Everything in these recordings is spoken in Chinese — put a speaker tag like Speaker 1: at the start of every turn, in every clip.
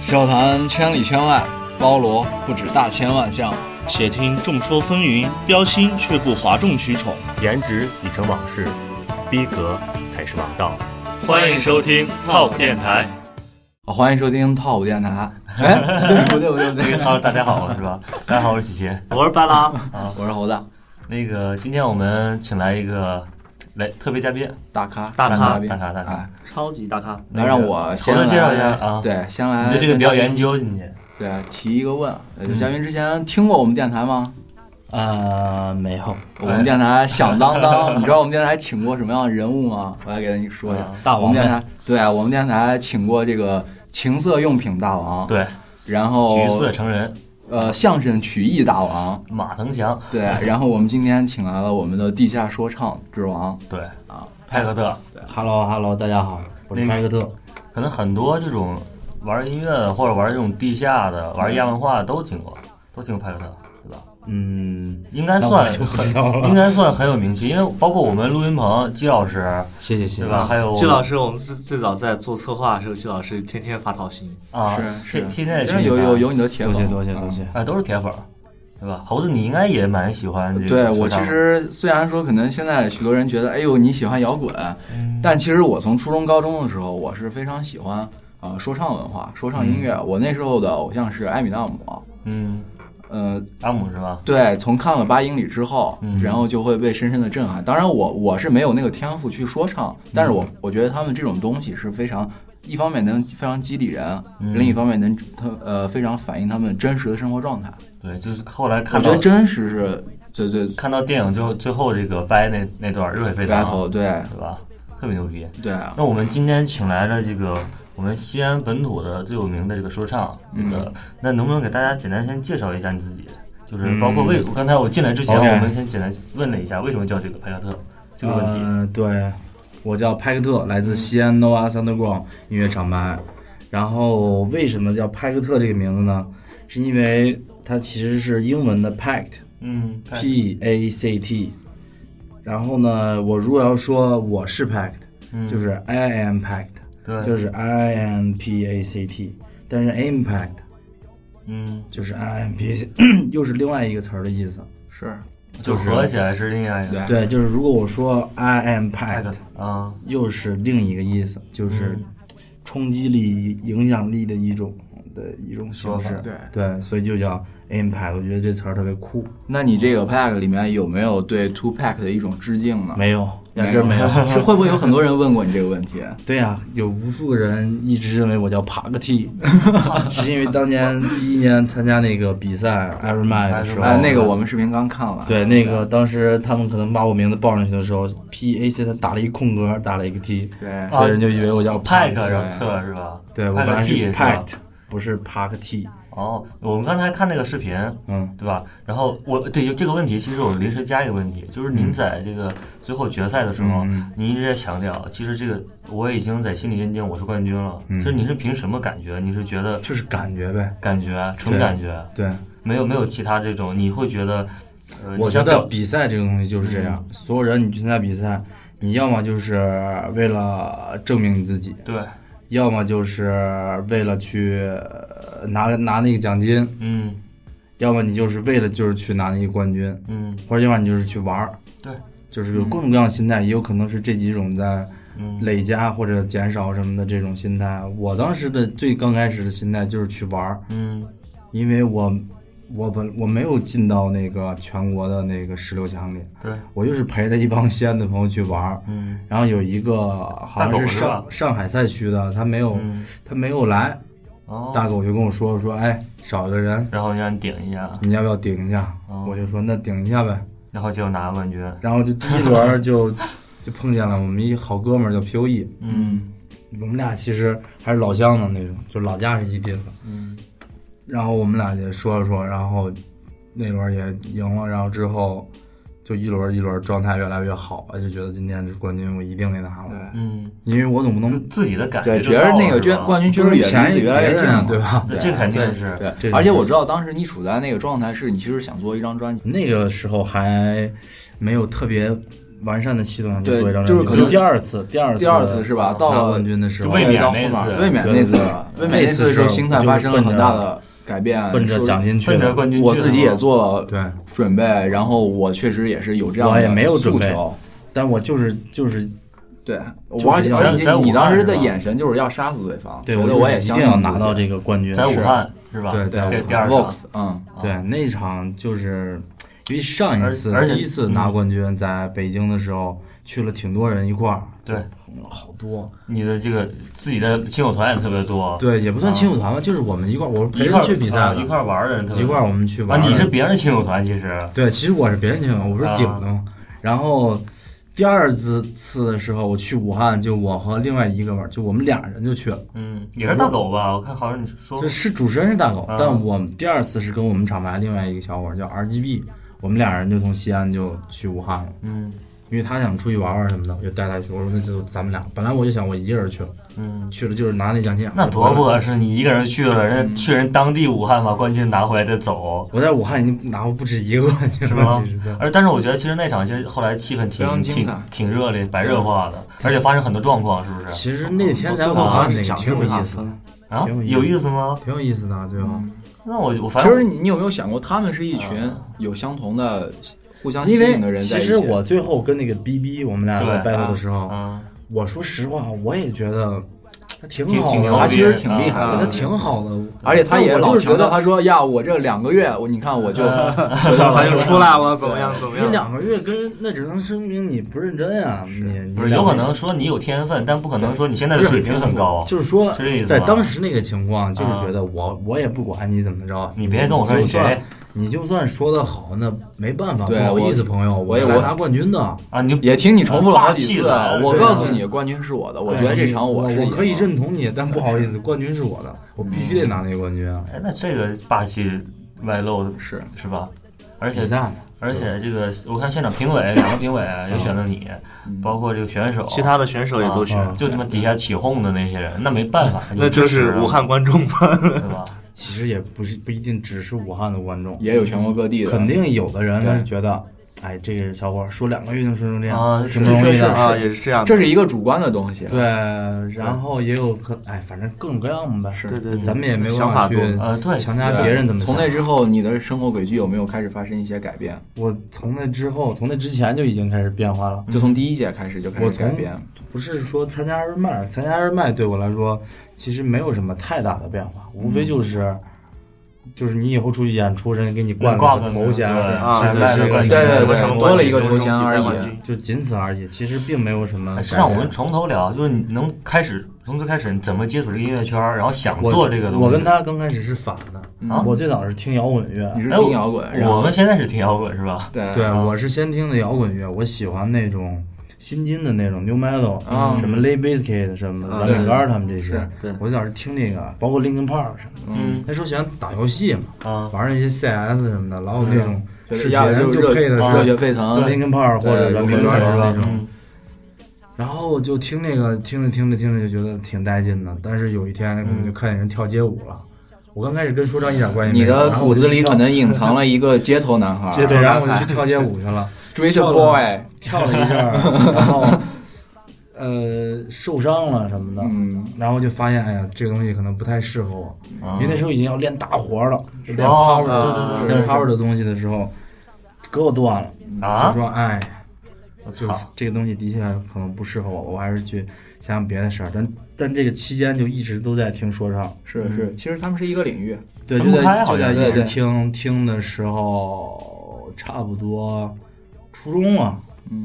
Speaker 1: 笑谈圈里圈外，包罗不止大千万项。
Speaker 2: 且听众说纷纭，标新却不哗众取宠。
Speaker 3: 颜值已成往事，逼格才是王道。
Speaker 2: 欢迎收听 Top 电台。
Speaker 1: 哦欢迎收听 TOP 电台。哎，不对不对不
Speaker 3: 那
Speaker 1: 对
Speaker 3: 个，哈喽，大家好，我是吧？大家好，我是喜杰。
Speaker 2: 我是巴拉，
Speaker 1: 我是猴子，
Speaker 3: 那个，今天我们请来一个来特别嘉宾，
Speaker 1: 大咖
Speaker 2: 大咖
Speaker 1: 宾
Speaker 3: 大咖大咖
Speaker 1: 哎
Speaker 2: 超级大 咖。
Speaker 1: 来让我先
Speaker 3: 头
Speaker 1: 来
Speaker 3: 介绍一下啊。，
Speaker 1: 对，先来
Speaker 3: 你对这个比较研究，今天。
Speaker 1: 对，提一个问，呃就嘉宾之前听过我们电台吗？
Speaker 2: 呃，没有，
Speaker 1: 我们电台响当当，你知道我们电台请过什么样的人物吗？我来给你说一下
Speaker 3: 啊，
Speaker 2: 大
Speaker 1: 我
Speaker 2: 王
Speaker 1: 们
Speaker 2: 呗
Speaker 1: 电台对，我们电台请过这个情色用品大王，
Speaker 3: 对，
Speaker 1: 然后
Speaker 3: 橘色成人
Speaker 1: 呃相声曲艺大王，
Speaker 3: 马腾强，
Speaker 1: 对，然后我们今天请来了我们的地下说唱之王
Speaker 3: 对，
Speaker 1: 啊，
Speaker 3: 派克特，
Speaker 4: Hello Hello，大家好，我是
Speaker 3: 那个
Speaker 4: 麦克特。
Speaker 3: 可能很多这种玩音乐或者玩这种地下的、玩亚文化的都听过，都听过派克特，对吧？
Speaker 4: 嗯，
Speaker 3: 应该
Speaker 4: 那
Speaker 3: 算
Speaker 4: 我就不知道了
Speaker 3: 应该算很有名气，因为包括我们录音棚季老师，
Speaker 4: 谢谢谢
Speaker 3: 对
Speaker 4: 谢
Speaker 3: 吧？还有
Speaker 2: 季老师，我们最最早在做策划的时候，季老师天天发桃心。
Speaker 3: 啊，
Speaker 1: 是是，
Speaker 3: 天天在群里
Speaker 1: 有
Speaker 3: 发
Speaker 1: 有有你的铁
Speaker 4: 多
Speaker 1: 粉，
Speaker 4: 谢多谢
Speaker 1: 嗯
Speaker 4: 多谢。
Speaker 3: 啊，都是铁粉儿，对吧？猴子，你应该也蛮喜欢这个
Speaker 1: 对
Speaker 3: 说唱
Speaker 1: 我其实虽然说可能现在许多人觉得，哎呦你喜欢摇滚，但其实我从初中高中的时候，我是非常喜欢呃说唱文化、说唱音乐。
Speaker 4: 嗯
Speaker 1: 我那时候的偶像是艾米纳姆，
Speaker 3: 嗯，
Speaker 1: 呃，
Speaker 3: 阿姆是吧？
Speaker 1: 对，从看了《八英里》之后
Speaker 3: 嗯，
Speaker 1: 然后就会被深深的震撼。当然我，我是没有那个天赋去说唱，但是我我觉得他们这种东西是非常。一方面能非常激励人，
Speaker 3: 嗯
Speaker 1: 另一方面能他呃非常反映他们真实的生活状态。
Speaker 3: 对，就是后来
Speaker 1: 我
Speaker 3: 看
Speaker 1: 觉
Speaker 3: 到
Speaker 1: 得真实是最最
Speaker 3: 看到电影就最后这个掰那那段儿热血沸腾，
Speaker 1: battle 对
Speaker 3: 对吧？特别牛逼。
Speaker 1: 对啊，
Speaker 3: 那我们今天请来了这个我们西安本土的最有名的这个说唱，
Speaker 4: 嗯
Speaker 3: 这个、那能不能给大家简单先介绍一下你自己？就是包括为、刚才我进来之前，
Speaker 4: 嗯 OK
Speaker 3: 我们先简单问了一下为什么叫这个派克特这个问题。嗯
Speaker 4: 呃对，我叫派克特，来自西安 Nova Underground 音乐厂牌。然后为什么叫派克特这个名字呢？是因为它其实是英文的 pact，P
Speaker 3: 嗯，派
Speaker 4: A C T。然后呢，我如果要说我是 pact，
Speaker 3: 嗯
Speaker 4: 就是 I am pact，
Speaker 3: 对，
Speaker 4: 就是 I am P A C T。但是 impact
Speaker 3: 嗯，
Speaker 4: 就是 I M P，又 是另外一个词儿的意思。
Speaker 1: 是
Speaker 3: 就合起来是另外一个
Speaker 1: 对
Speaker 4: 对，就是如果我说 I am
Speaker 3: 派克
Speaker 4: packed，
Speaker 3: 特啊。
Speaker 4: 又是另一个意思，就是
Speaker 1: 嗯
Speaker 4: 冲击力、影响力的一种的一种形
Speaker 3: 说
Speaker 4: 式
Speaker 3: 法。
Speaker 1: 对
Speaker 4: 对，所以就叫 impact。我觉得这词儿特别酷。
Speaker 1: 那你这个 pack 里面有没有对 two pack 的一种致敬呢？
Speaker 4: 没有， 哦
Speaker 1: 压根儿没有。是会不会有很多人问过你这个问题？
Speaker 4: 对呀、有无数个人一直认为我叫帕 克 T，是因为当年第一年参加那个比赛 Iron Man 的时候，
Speaker 1: 哎，那个我们视频刚看了。
Speaker 4: 对，那个当时他们可能把我名字报上去的时候，P A C 他打了一空格，打了一个 T，
Speaker 1: 对
Speaker 3: 哦
Speaker 4: 所以人就以为我叫帕
Speaker 3: 派
Speaker 4: 克
Speaker 3: 克
Speaker 1: 对
Speaker 3: 然后特是吧？
Speaker 4: 对，我
Speaker 3: 派
Speaker 4: 本
Speaker 3: 克
Speaker 4: 来
Speaker 3: T
Speaker 4: 是
Speaker 3: 是吧
Speaker 4: pact，不是 park t。
Speaker 3: 哦，我们刚才看那个视频，
Speaker 4: 嗯，
Speaker 3: 对吧？然后我对有这个问题，其实我临时加一个问题，就是您在这个最后决赛的时候，您一直在强调，其实这个我已经在心里认定我是冠军了。其实您是凭什么感觉？你是觉得
Speaker 4: 就是感觉呗。
Speaker 3: 感觉纯
Speaker 4: 对
Speaker 3: 感觉，
Speaker 4: 对，
Speaker 3: 没有没有其他这种，你会觉得，呃，
Speaker 4: 我
Speaker 3: 你
Speaker 4: 觉
Speaker 3: 想
Speaker 4: 得嗯
Speaker 3: 表
Speaker 4: 比赛这个东西就是这样，所有人你去参加比赛，你要么就是为了证明你自己，
Speaker 3: 对，
Speaker 4: 要么就是为了去呃拿拿那个奖金，
Speaker 3: 嗯
Speaker 4: 要么你就是为了就是去拿那个冠军，
Speaker 3: 嗯
Speaker 4: 或者要么你就是去玩儿，
Speaker 3: 对，
Speaker 4: 就是有各种各样的心态，也有可能是这几种在。
Speaker 3: 嗯
Speaker 4: 累加或者减少什么的这种心态，我当时的最刚开始的心态就是去玩儿，
Speaker 3: 嗯
Speaker 4: 因为我我本我没有进到那个全国的那个十六强里，
Speaker 3: 对，
Speaker 4: 我就是陪着一帮西安的朋友去玩儿，
Speaker 3: 嗯
Speaker 4: 然后有一个好像
Speaker 3: 大狗
Speaker 4: 是
Speaker 3: 是吧
Speaker 4: 上上海赛区的，他没有、
Speaker 3: 嗯
Speaker 4: 他没有来，
Speaker 3: 哦，
Speaker 4: 大狗就跟我说说，哎，少一个人，
Speaker 3: 然后让你顶一下，
Speaker 4: 你要不要顶一下？
Speaker 3: 哦
Speaker 4: 我就说那顶一下呗，
Speaker 3: 然后就拿冠军，
Speaker 4: 然后就第一轮儿就 就碰见了我们一好哥们儿叫 E POE，
Speaker 1: 嗯，
Speaker 4: 我们俩其实还是老乡的那种，就老家是一地方。
Speaker 3: 嗯
Speaker 4: 然后我们俩也说了说，然后那轮也赢了，然后之后就一轮一轮状态越来越好，就觉得今天这冠军我一定得拿了，
Speaker 1: 对
Speaker 3: 嗯，
Speaker 4: 因为我总不
Speaker 3: 就
Speaker 4: 能
Speaker 3: 自己的感觉
Speaker 1: 对，
Speaker 3: 就
Speaker 1: 觉得
Speaker 3: 到
Speaker 1: 那
Speaker 3: 了
Speaker 1: 个
Speaker 3: 是
Speaker 1: 捐
Speaker 3: 吧
Speaker 1: 冠军确实也
Speaker 4: 便
Speaker 1: 离自己
Speaker 4: 宜
Speaker 1: 越来越
Speaker 4: 别
Speaker 1: 近
Speaker 4: 人啊
Speaker 1: 了，
Speaker 4: 对吧？
Speaker 3: 那这肯定是
Speaker 1: 对
Speaker 4: 这，个
Speaker 1: 而且
Speaker 4: 是
Speaker 1: 我知道当时你处在那个状态是你其实是想做一张专辑，
Speaker 4: 那个时候还没有特别完善的系统上去
Speaker 1: 对
Speaker 4: 做一张
Speaker 1: 就是
Speaker 4: 专辑，
Speaker 1: 可
Speaker 4: 就
Speaker 1: 能
Speaker 4: 第二次，第二次，
Speaker 1: 第二次是吧？到
Speaker 4: 拿
Speaker 1: 了
Speaker 4: 冠军的时
Speaker 3: 就
Speaker 4: 候，
Speaker 3: 卫
Speaker 1: 对
Speaker 3: 冕
Speaker 1: 到后
Speaker 3: 那
Speaker 1: 面
Speaker 3: 次
Speaker 1: 卫冕
Speaker 4: 对
Speaker 1: 那
Speaker 4: 对
Speaker 1: 次
Speaker 4: 对
Speaker 1: 了，
Speaker 4: 对
Speaker 1: 卫冕那
Speaker 4: 那
Speaker 1: 次
Speaker 4: 次
Speaker 1: 时候
Speaker 4: 是
Speaker 1: 心态
Speaker 4: 我就
Speaker 1: 发生了
Speaker 4: 奔着
Speaker 1: 很大的改变，
Speaker 4: 奔着
Speaker 1: 啊是
Speaker 4: 奖金去
Speaker 3: 奔着
Speaker 4: 的。
Speaker 3: 冠军去
Speaker 1: 我自己也
Speaker 3: 了
Speaker 1: 做了
Speaker 4: 对，
Speaker 1: 准备，然后我确实也是有这样
Speaker 4: 我也没有
Speaker 1: 的
Speaker 4: 准
Speaker 1: 诉
Speaker 4: 备
Speaker 1: 求。
Speaker 4: 但我就是就是
Speaker 1: 对，
Speaker 4: 就是
Speaker 1: 我而且
Speaker 4: 要
Speaker 1: 而
Speaker 3: 在
Speaker 1: 且
Speaker 3: 武
Speaker 1: 你你
Speaker 3: 汉
Speaker 1: 当时
Speaker 3: 是
Speaker 1: 的
Speaker 3: 吧
Speaker 1: 眼神就是要杀死对方，
Speaker 4: 对
Speaker 1: 觉
Speaker 4: 我
Speaker 1: 得
Speaker 4: 就是
Speaker 1: 也
Speaker 4: 一
Speaker 1: 相
Speaker 4: 定
Speaker 1: 信
Speaker 4: 要
Speaker 1: 自
Speaker 4: 拿
Speaker 1: 己
Speaker 4: 到这个冠军。
Speaker 3: 在武
Speaker 1: 是
Speaker 3: 汉是吧？
Speaker 4: 对在武
Speaker 3: 对，
Speaker 4: 汉
Speaker 3: 第二场
Speaker 1: Vox，嗯，
Speaker 4: 对那一场就是因为上一次
Speaker 3: 而而且
Speaker 4: 第一次拿冠军，在北京的时候去了挺多人一块儿，
Speaker 3: 对
Speaker 4: 朋友好多，
Speaker 3: 你的这个自己的亲友团也特别多，
Speaker 4: 对也不算亲友团吧，就是我们一块儿，我是
Speaker 3: 一
Speaker 4: 陪着
Speaker 3: 块
Speaker 4: 去比赛
Speaker 3: 啊
Speaker 4: 的，
Speaker 3: 一块儿玩儿的人特别
Speaker 4: 一
Speaker 3: 多
Speaker 4: 块儿我们去玩
Speaker 3: 啊，
Speaker 4: 儿的。
Speaker 3: 你是啊别人亲友团其实。
Speaker 4: 对，其实我是别人请的，我不是顶的嘛。然后第二次次的时候，我去武汉，就我和另外一个玩，就我们俩人就去了。
Speaker 3: 嗯，也是大狗吧？我看好像你说
Speaker 4: 这是主持人是大狗，
Speaker 3: 啊
Speaker 4: 但我们第二次是跟我们厂牌另外一个小伙儿叫 RGB，我们俩人就从西安就去武汉了，
Speaker 3: 嗯
Speaker 4: 因为他想出去玩玩什么的，我就带他去。我说那就咱们俩，本来我就想我一个人去了，
Speaker 3: 嗯，
Speaker 4: 去了就是拿那奖金。
Speaker 3: 那多不合适！你一个人去了，人家去人当地武汉把冠军拿回来再 走，
Speaker 4: 我在武汉已经拿过不止一个冠军
Speaker 3: 是
Speaker 4: 了，
Speaker 3: 吗哎
Speaker 4: 其实对？
Speaker 3: 而但是我觉得其实那场其实后来气氛
Speaker 1: 非常
Speaker 3: 挺
Speaker 1: 精彩
Speaker 3: 挺挺热烈，白热化的，而且发生很多状况，是不是？
Speaker 4: 其实那天咱
Speaker 1: 最
Speaker 4: 武
Speaker 1: 后好
Speaker 4: 汉
Speaker 1: 像是
Speaker 4: 那个
Speaker 1: 奖
Speaker 4: 挺
Speaker 1: 金
Speaker 4: 有
Speaker 1: 不大
Speaker 4: 意思的
Speaker 1: 分。，
Speaker 3: 啊
Speaker 4: 挺有，意思
Speaker 3: 有意思吗？
Speaker 4: 挺有意思的，最后。
Speaker 3: 那我我反
Speaker 1: 其实
Speaker 3: 正
Speaker 1: 你你有没有想过，他们是一群有相同的、互相吸
Speaker 4: 因
Speaker 1: 引的人在
Speaker 4: 为其
Speaker 1: 一起？
Speaker 4: 实我最后跟那个 BB 我们俩在
Speaker 3: 对
Speaker 4: battle 的时候，
Speaker 3: 嗯，
Speaker 4: 我说实话，我也觉得他挺
Speaker 3: 挺
Speaker 4: 好
Speaker 3: 挺
Speaker 4: 的，
Speaker 3: 牛
Speaker 1: 他
Speaker 3: 逼
Speaker 1: 其
Speaker 4: 我
Speaker 1: 实挺厉害
Speaker 4: 觉
Speaker 1: 的，
Speaker 4: 得挺好的，
Speaker 1: 啊而且他也
Speaker 4: 但我
Speaker 1: 老
Speaker 4: 就是
Speaker 1: 强嗯
Speaker 4: 觉
Speaker 1: 调，
Speaker 4: 得
Speaker 1: 他说呀，我这两个月，我你看我就回到
Speaker 5: 他
Speaker 1: 了
Speaker 5: 就
Speaker 1: 手
Speaker 5: 出
Speaker 1: 上。
Speaker 5: 来了，怎么样？怎么
Speaker 4: 你
Speaker 5: 样？
Speaker 4: 两个月跟人那只能说明你不认真啊，你你
Speaker 3: 不是有可能说你有天分，但不可能说你现在的水平很高。
Speaker 4: 就是说
Speaker 3: 是这意思吧啊
Speaker 4: 在当时那个情况，就是觉得我我也不管你怎么着，
Speaker 3: 你别跟我说
Speaker 4: 你
Speaker 3: 你
Speaker 4: 就
Speaker 3: 谁
Speaker 4: 算你就算说的好，那没办法，不
Speaker 1: 对
Speaker 4: 好意思，
Speaker 1: 我
Speaker 4: 朋友，
Speaker 1: 我
Speaker 4: 是
Speaker 1: 也
Speaker 4: 来
Speaker 1: 我
Speaker 4: 拿冠军的。
Speaker 3: 啊，你
Speaker 1: 也听你重复了好几次，啊
Speaker 3: 霸气的
Speaker 1: 我
Speaker 3: 对
Speaker 1: 告诉你，冠军是我的。我觉得这场
Speaker 4: 我
Speaker 1: 是
Speaker 4: 我
Speaker 1: 赢
Speaker 4: 可以
Speaker 1: 了嗯
Speaker 4: 认同你，但不好意思，冠军是我的，我必须得拿那个冠军啊！
Speaker 3: 哎，那这个霸气外露
Speaker 1: 是
Speaker 3: 是吧？而
Speaker 4: 比
Speaker 3: 且
Speaker 4: 赛嘛，
Speaker 3: 而且这个，我看现场评委两个评委啊也选了你，包括这个选手，
Speaker 5: 其他的选手也都选，
Speaker 4: 啊
Speaker 3: 就他妈底下起哄的那些人，那没办法，
Speaker 5: 那就是武汉观众吧？
Speaker 3: 对吧？
Speaker 4: 其实也不是不一定只是武汉的观众，
Speaker 1: 也有全国各地的，
Speaker 4: 肯定有的人他
Speaker 1: 对
Speaker 4: 是觉得，哎，这个小伙儿说两个月能说成这样，
Speaker 3: 啊
Speaker 4: 挺不容易
Speaker 1: 是
Speaker 4: 的。
Speaker 5: 啊，也是这样的
Speaker 1: 这。是一个主观的东西。
Speaker 4: 对，然后也有可，哎，反正各种各样吧。
Speaker 1: 是
Speaker 5: 对对，对
Speaker 4: 咱们也没有办
Speaker 5: 想
Speaker 4: 法
Speaker 5: 法
Speaker 4: 去
Speaker 5: 多。
Speaker 3: 呃对
Speaker 4: 强加
Speaker 1: 对
Speaker 4: 别人怎么想。
Speaker 1: 从那之后，你的生活轨迹有没有开始发生一些改变？
Speaker 4: 我从那之后，从那之前就已经开始变化了。
Speaker 1: 就从第一届开始就开
Speaker 4: 嗯我
Speaker 1: 始改
Speaker 4: 从
Speaker 1: 变。
Speaker 4: 不是说参加二麦，参加二麦对我来说其实没有什么太大的变化，无非就是。就是你以后出去演出，人家给你冠
Speaker 3: 挂
Speaker 4: 个
Speaker 3: 个
Speaker 4: 头衔，
Speaker 3: 对
Speaker 5: 啊
Speaker 4: 是
Speaker 5: 对
Speaker 4: 是
Speaker 5: 对
Speaker 1: 对
Speaker 4: 冠军
Speaker 1: 对
Speaker 5: 什么什
Speaker 1: 对，
Speaker 5: 么
Speaker 1: 多了一个
Speaker 5: 冠
Speaker 1: 头
Speaker 5: 军
Speaker 1: 衔
Speaker 5: 什么
Speaker 1: 而
Speaker 5: 比赛
Speaker 1: 已
Speaker 5: 冠。军
Speaker 4: 就仅此而已，其实并没有什么
Speaker 3: 哎
Speaker 4: 改变。
Speaker 3: 实际上我们从头聊，就是你能开始从最开始你怎么接触这个音乐圈，然后想
Speaker 4: 我
Speaker 3: 做这个东西。哎
Speaker 4: 我跟他刚开始是反的。
Speaker 3: 啊
Speaker 4: 我最早是听摇滚乐
Speaker 1: 嗯你，是
Speaker 3: 哎
Speaker 1: 听摇滚，然
Speaker 3: 我
Speaker 1: 后
Speaker 3: 们现在是听摇滚是吧？
Speaker 1: 对
Speaker 4: 对，我是先听的摇滚乐，我喜欢那种新金的那种 new metal，
Speaker 3: 嗯
Speaker 1: 啊
Speaker 4: 什么 Lay Biscuit 什么
Speaker 5: 啊
Speaker 4: 的，蓝饼干他们这些
Speaker 1: 是。
Speaker 5: 对
Speaker 4: 我最早是听那个，包括 Linkin Park 什么的。
Speaker 3: 嗯
Speaker 4: 那时候喜欢打游戏嘛，
Speaker 3: 啊，
Speaker 4: 玩那些 CS 什么的，老有那种
Speaker 1: 就是
Speaker 4: 视
Speaker 1: 压的
Speaker 4: 频
Speaker 1: 就是
Speaker 4: 配的
Speaker 1: 热热
Speaker 4: 是
Speaker 1: 血沸
Speaker 3: 啊
Speaker 1: 腾，
Speaker 4: Linkin Park 或者
Speaker 1: 对
Speaker 4: 蓝
Speaker 1: 对
Speaker 4: 饼干
Speaker 1: 对
Speaker 4: 是吧
Speaker 1: 对？
Speaker 3: 嗯，
Speaker 4: 然后就听那个，听着听着听着就觉得挺带劲的。但是有一天，可
Speaker 3: 嗯
Speaker 4: 能就看见人跳街舞了。我刚开始跟说唱一点关系没
Speaker 1: 你
Speaker 4: 有，
Speaker 1: 的
Speaker 4: 然后
Speaker 1: 骨
Speaker 4: 我就
Speaker 1: 子
Speaker 4: 去
Speaker 1: 里
Speaker 4: 跳
Speaker 1: 可能隐藏了一个街头男孩
Speaker 4: 对，然后我
Speaker 5: 男
Speaker 4: 就去跳街舞去了，
Speaker 1: ，Street
Speaker 4: 跳了
Speaker 1: Boy。
Speaker 4: 啊 跳了一阵儿，然后呃受伤了什么的，
Speaker 1: 嗯，
Speaker 4: 然后就发现哎呀，这个东西可能不太适合我，
Speaker 3: 嗯
Speaker 4: 因为那时候已经要练大活了，就练
Speaker 3: 啊哦
Speaker 4: power 的
Speaker 3: 对对对对
Speaker 4: 练
Speaker 3: 对
Speaker 4: power 的东西的时候，给我断了，
Speaker 3: 啊
Speaker 4: 就说哎，
Speaker 3: 我
Speaker 4: 就
Speaker 3: 操
Speaker 4: 是，这个东西的确可能不适合我，我还是去想想别的事儿。但但这个期间就一直都在听说唱，
Speaker 1: 是是，其实他们是一个领域。
Speaker 4: 对，
Speaker 3: 分不
Speaker 4: 就在
Speaker 3: 开
Speaker 4: 就
Speaker 3: 好
Speaker 4: 在
Speaker 3: 像
Speaker 4: 一
Speaker 1: 对
Speaker 4: 直
Speaker 1: 对
Speaker 4: 听听的时候，差不多初中啊，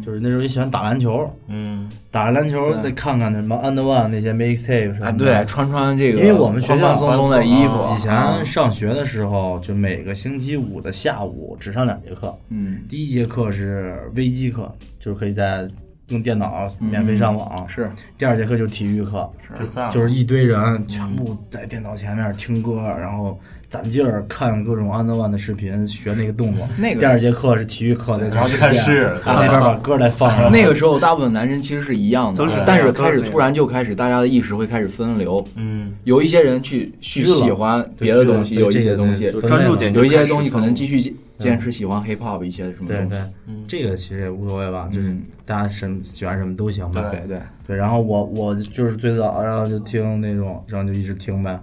Speaker 4: 就是那时候也喜欢打篮球，
Speaker 3: 嗯，
Speaker 4: 打完篮球
Speaker 1: 嗯对
Speaker 4: 再看看那什么 And One 那些 mixtape 什么的。
Speaker 1: 啊，对，穿穿这个，
Speaker 4: 嗯因为我们学校
Speaker 1: 宽宽松松的衣服，啊
Speaker 4: 以前上学的时候，就每个星期五的下午只上两节课，
Speaker 1: 嗯
Speaker 4: 第一节课是微机课，就是可以在用电脑啊免费上网；
Speaker 1: 嗯是
Speaker 4: 第二节课就是体育课，
Speaker 3: 就散了，
Speaker 1: 嗯
Speaker 4: 就是一堆人全部在电脑前面听歌，然后攒劲儿看各种 underone 的视频，学那个动作。
Speaker 1: 那个
Speaker 4: 第二节课是体育课，在
Speaker 3: 然后就开始试
Speaker 4: 那边把歌再放上。
Speaker 1: 那个时候，大部分男人其实是一样的，
Speaker 5: 都是
Speaker 1: 但是
Speaker 5: 都
Speaker 1: 开
Speaker 5: 是
Speaker 1: 始
Speaker 5: 那样
Speaker 1: 突然就开始，大家的意识会开始分流。
Speaker 3: 嗯，
Speaker 1: 有一些人去去
Speaker 4: 去了
Speaker 1: 喜欢
Speaker 4: 对
Speaker 1: 别的东西，
Speaker 4: 这个
Speaker 1: 有一些东西
Speaker 4: 对这，个
Speaker 5: 专注点就
Speaker 1: 有一些
Speaker 5: 开始
Speaker 1: 东西可能
Speaker 5: 放
Speaker 1: 继续坚坚持喜欢 hip hop 一些什么
Speaker 4: 对
Speaker 1: 东西。
Speaker 4: 对，
Speaker 5: 嗯
Speaker 4: 这个其实也无所谓吧，就是大家什么喜欢什么都行吧。
Speaker 3: 对
Speaker 1: 嗯对对，
Speaker 4: 对，然后我我就是最早，然后就听那种，然后就一直听呗，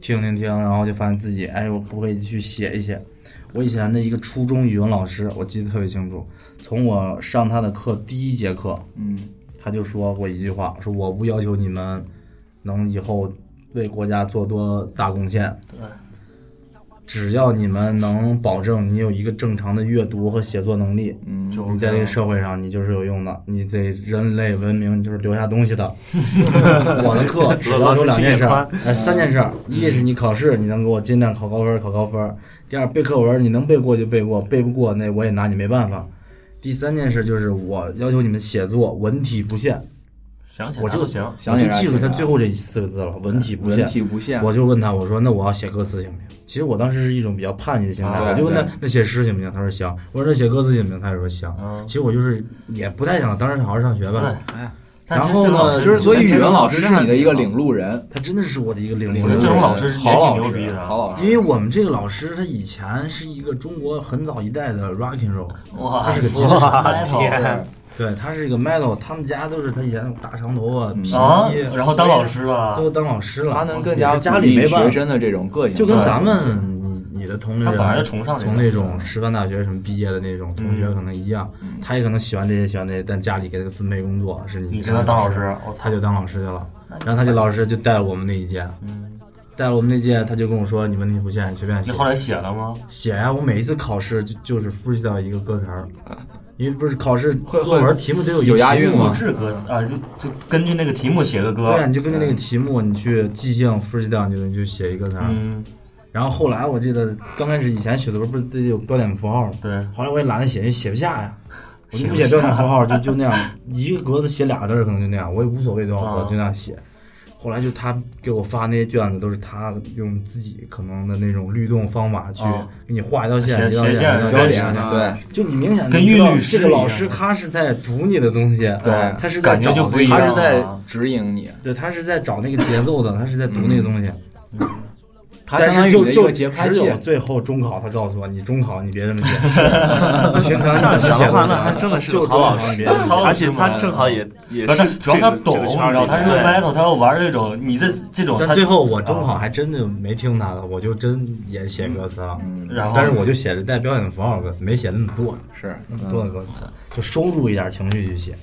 Speaker 4: 听听听，然后就发现自己，哎，我可不可以去写一写？我以前的一个初中语文老师，我记得特别清楚，从我上他的课第一节课，
Speaker 1: 嗯，
Speaker 4: 他就说过一句话，说我不要求你们能以后为国家做多大贡献，对，只要你们能保证你有一个正常的阅读和写作能力，嗯，你在这个社会上你就是有用的，你对人类文明你就是留下东西 的。我的课只要求两件事
Speaker 5: 老
Speaker 4: 儿
Speaker 5: 师，
Speaker 4: 哎，三件事儿，
Speaker 1: 嗯
Speaker 4: 一是你考试你能给我尽量考高分儿，考高分儿；第二背课文儿你能背过就背过，背不过那我也拿你没办法。第三件事就是我要求你们写作文体不限，
Speaker 3: 想起
Speaker 4: 我
Speaker 3: 来
Speaker 4: 就
Speaker 3: 都行。
Speaker 1: 想
Speaker 4: 我
Speaker 1: 起
Speaker 4: 就
Speaker 1: 来
Speaker 4: 记住
Speaker 1: 是
Speaker 4: 他
Speaker 1: 这样
Speaker 4: 最后这四个字了，文体不
Speaker 1: 文
Speaker 4: 限。
Speaker 1: 体不限，
Speaker 4: 我就问他，我说那我要写歌词行不行？其实我当时是一种比较叛逆的心态，
Speaker 1: 啊
Speaker 4: 我就问他
Speaker 1: 对
Speaker 4: 那写诗行不行？他说行。我说那写歌词行不行？他说行。
Speaker 3: 嗯
Speaker 4: 其实我就是也不太想当时好好上学吧。
Speaker 3: 对
Speaker 1: 哎呀，
Speaker 3: 但其
Speaker 4: 嗯然
Speaker 3: 实
Speaker 4: 后
Speaker 3: 这
Speaker 4: 呢
Speaker 3: 种老师
Speaker 1: 就是所以语文老师
Speaker 5: 真
Speaker 1: 是
Speaker 5: 的
Speaker 1: 你的一个领路人，
Speaker 4: 他真的是我的一个领
Speaker 1: 领
Speaker 4: 悟
Speaker 1: 路人，
Speaker 3: 觉得这种老师也
Speaker 1: 好
Speaker 3: 挺
Speaker 1: 老
Speaker 3: 牛
Speaker 1: 师
Speaker 3: 逼的啊
Speaker 1: 好老师
Speaker 4: 因。为我们这个老师他以前是一个中国很早一代的 rock and roll，
Speaker 3: 哇
Speaker 4: 他哎是个吉他手，
Speaker 5: 哇天，
Speaker 4: 对他是一个 metal，他们家都是他以前大长头发、皮
Speaker 3: 啊
Speaker 4: 衣，，
Speaker 3: 然后当老师吧
Speaker 4: 最，后当老师了。
Speaker 1: 他能更加
Speaker 4: 也是家
Speaker 1: 鼓
Speaker 4: 里
Speaker 1: 励
Speaker 4: 没办
Speaker 1: 学
Speaker 4: 法
Speaker 1: 生的这种个性，
Speaker 4: 就跟
Speaker 1: 对
Speaker 4: 咱们你你的同龄人，
Speaker 3: 他本来就崇尚这嗯
Speaker 4: 从
Speaker 3: 种
Speaker 4: 那种师范大学什么毕业的那种同学可能一样，
Speaker 1: 嗯
Speaker 4: 他也可能喜欢这些喜欢那些，但家里给他分配工作是你
Speaker 3: 你跟
Speaker 4: 跟
Speaker 3: 他当老师
Speaker 4: 师，
Speaker 3: 我操
Speaker 4: 他就当老师去了，然后他就老师就带了我们那一届，
Speaker 1: 嗯
Speaker 4: 带了我们那届，他就跟我说你问题不限，你随便写
Speaker 3: 你，后来写了吗？
Speaker 4: 写呀、我每一次考试就就是复习到一个歌词儿，因为不是考试
Speaker 1: 嗯会
Speaker 4: 作文题目都有一
Speaker 1: 有
Speaker 4: 个
Speaker 1: 押
Speaker 4: 题目
Speaker 1: 韵
Speaker 4: 嘛
Speaker 1: 吗
Speaker 3: 志歌啊，就就根据那个题目写个歌
Speaker 4: 对，啊，你就根据那个题目，你去即兴复习到，你就你就写一个词儿。
Speaker 3: 嗯，
Speaker 4: 然后后来我记得刚开始以前写作文不是得有标点符号吗？
Speaker 3: 对
Speaker 4: 后来我也懒得写，也写不下呀。我就不写标点符号，就就那样，一个格子写俩字儿，可能就那样，我也无所谓多少格，
Speaker 3: 啊
Speaker 4: 就那样写。后来就他给我发那些卷子，都是他用自己可能的那种律动方法去
Speaker 3: 啊
Speaker 4: 给你画一道线，
Speaker 3: 写
Speaker 4: 一道
Speaker 3: 写线
Speaker 4: 一道
Speaker 1: 有
Speaker 3: 标
Speaker 1: 点
Speaker 3: 点
Speaker 5: 啊
Speaker 1: 对，
Speaker 4: 就你明显
Speaker 3: 跟
Speaker 4: 就知
Speaker 3: 韵
Speaker 4: 道
Speaker 3: 律诗
Speaker 4: 这个
Speaker 3: 一
Speaker 4: 老
Speaker 3: 样
Speaker 4: 师他是在读你的东西，啊
Speaker 1: 对
Speaker 4: 他是在
Speaker 3: 感觉
Speaker 4: 找
Speaker 3: 就不一样
Speaker 1: 他
Speaker 3: 了。
Speaker 1: 是在指引你，
Speaker 4: 对他是在找那个节奏的，他是在读那个东西。
Speaker 3: 嗯
Speaker 1: 他相
Speaker 4: 但
Speaker 1: 当于
Speaker 4: 是
Speaker 1: 你的
Speaker 4: 就
Speaker 1: 一
Speaker 4: 就
Speaker 1: 个节拍
Speaker 4: 只
Speaker 1: 器，
Speaker 4: 有最后中考，他告诉我你中考你别这么 写，你平常你怎么写
Speaker 5: 行
Speaker 4: 都行
Speaker 5: 话那还真的是
Speaker 4: 就
Speaker 5: 个
Speaker 4: 中
Speaker 5: 好
Speaker 4: 考
Speaker 5: 老
Speaker 4: 你
Speaker 5: 师
Speaker 4: 别这么写。
Speaker 3: 好老
Speaker 5: 而
Speaker 3: 师
Speaker 5: 且他
Speaker 3: 嘛
Speaker 5: 正好也也
Speaker 3: 不是，
Speaker 5: 是
Speaker 3: 主要他懂，
Speaker 5: 这个
Speaker 3: 你知
Speaker 5: 这个圈儿里
Speaker 3: 道，他是
Speaker 5: 对
Speaker 3: battle，他要玩这种，你这这种，
Speaker 4: 但
Speaker 3: 他啊
Speaker 4: 最后我中考还真就没听他的，我就真也写歌词了，
Speaker 3: 嗯然后
Speaker 4: 但是我就写着带标点符号的歌词，没写那么多
Speaker 1: 是嗯
Speaker 4: 那么多的歌
Speaker 3: 嗯
Speaker 4: 词，就收住一点情绪去
Speaker 3: 哎
Speaker 4: 写。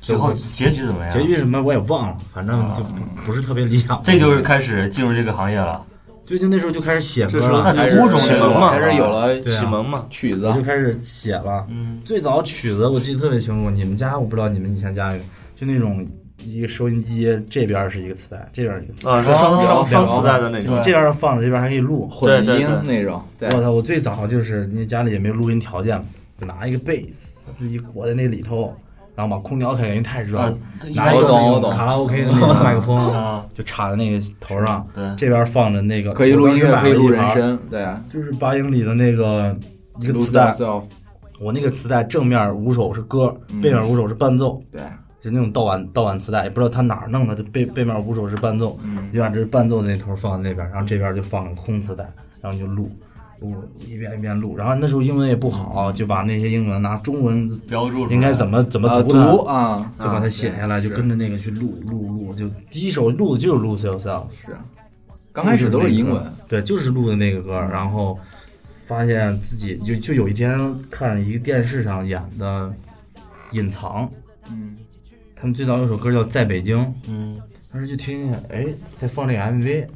Speaker 3: 最后结局怎么样？
Speaker 4: 结局什么我也忘了，反正就不不是特别理想。
Speaker 3: 嗯这就是开始进入这个行业了。
Speaker 4: 对，就那时候就开始写歌
Speaker 5: 这时候
Speaker 4: 了，
Speaker 5: 那
Speaker 1: 开
Speaker 3: 初
Speaker 1: 始
Speaker 3: 中
Speaker 1: 启
Speaker 5: 这
Speaker 1: 蒙
Speaker 5: 个嘛
Speaker 1: 开始有了
Speaker 4: 对啊
Speaker 5: 启蒙嘛，
Speaker 1: 曲子
Speaker 4: 我，就开始写了。
Speaker 3: 嗯，
Speaker 4: 最早曲子我记得特别清楚，你们家我不知道你们以前家有，就那种一个收音机，这边是一个磁带，这边一个磁带，
Speaker 5: 啊，双
Speaker 1: 双
Speaker 5: 双双磁带的那
Speaker 4: 你
Speaker 5: 种，
Speaker 4: 这边放着，这边还可以录。
Speaker 1: 混
Speaker 5: 对对
Speaker 1: 音
Speaker 5: 对
Speaker 1: 那种，对
Speaker 4: 我，操！我最早就是因为家里也没有录音条件嘛，就拿一个被子自己裹在那里头，然后把空调开，因为太热了
Speaker 3: 啊，对
Speaker 4: 拿一
Speaker 1: 哦我
Speaker 4: 个
Speaker 1: 懂
Speaker 4: 那
Speaker 1: 我
Speaker 4: 种
Speaker 1: 懂哦
Speaker 4: 卡拉 OK 的那种麦 克风
Speaker 3: 啊，
Speaker 4: 就插在那个头上
Speaker 3: 对，
Speaker 4: 这边放着那个
Speaker 1: 可以录音
Speaker 4: 我
Speaker 1: 乐，
Speaker 4: 当时买
Speaker 1: 可以
Speaker 4: 了一
Speaker 1: 录人
Speaker 4: 盘
Speaker 1: 声，对，
Speaker 4: 就是八英里的那个一个
Speaker 1: 录
Speaker 4: 磁带
Speaker 1: s，e
Speaker 4: 我那个磁带正面五首是歌，
Speaker 1: 嗯
Speaker 4: 背面五首是伴奏，
Speaker 1: 对，
Speaker 4: 是那种盗版盗版磁带，也不知道他哪儿弄的，这背背面五首是伴奏，
Speaker 1: 嗯
Speaker 4: 就把这伴奏的那头放在那边，然后这边就放个空磁带，然后就录。录一遍一遍录，然后那时候英文也不好，就把那些英文拿中文
Speaker 3: 标注出来
Speaker 4: 应该怎么怎么
Speaker 1: 啊，
Speaker 4: 读
Speaker 1: 读
Speaker 4: 它，
Speaker 1: 啊，
Speaker 4: 就把它写下来，就跟着那个去录录录，就第一首录的就是录 s e l s e l
Speaker 1: 是，刚开始都是英文，，
Speaker 4: 对，就是录的那个歌，然后发现自己就就有一天看一个电视上演的《隐藏》，
Speaker 1: 嗯，
Speaker 4: 他们最早有首歌叫《在北京》，
Speaker 3: 嗯，
Speaker 4: 当时就听一下，哎，在放这个 MV，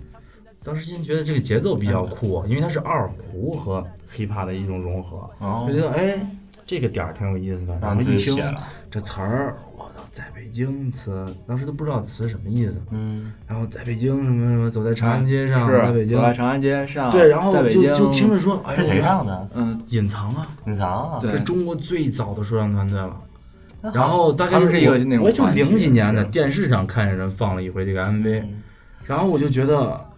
Speaker 4: 当时先觉得这个节奏比
Speaker 1: 嗯
Speaker 4: 较酷，啊因为它是二胡和 hiphop 的一种融合，
Speaker 3: 哦
Speaker 4: 就觉得哎，这个点儿挺有意思
Speaker 1: 嗯
Speaker 4: 的。然
Speaker 3: 然
Speaker 4: 后
Speaker 3: 后
Speaker 4: 一
Speaker 3: 自己
Speaker 4: 听
Speaker 3: 写了，
Speaker 4: 这词儿，我操，在北京词，当时都不知道词什么意思。
Speaker 3: 嗯，
Speaker 4: 然后在北京什么什么，走在长安街上，啊在北
Speaker 1: 是
Speaker 4: 京
Speaker 1: 走，在长安街上，
Speaker 4: 对，然后
Speaker 1: 啊在北
Speaker 4: 就
Speaker 1: 京
Speaker 4: 就听着，说，哎呦，
Speaker 3: 这谁唱的？
Speaker 1: 嗯，
Speaker 4: 隐藏啊，
Speaker 3: 隐藏啊，
Speaker 1: 对
Speaker 4: 是中国最早的说唱团队了。然后大概
Speaker 1: 他们是一个那种
Speaker 4: 我就
Speaker 1: 团体
Speaker 4: 零几年在
Speaker 1: 是
Speaker 4: 电视上看见人放了一回这个 MV，然后我就觉得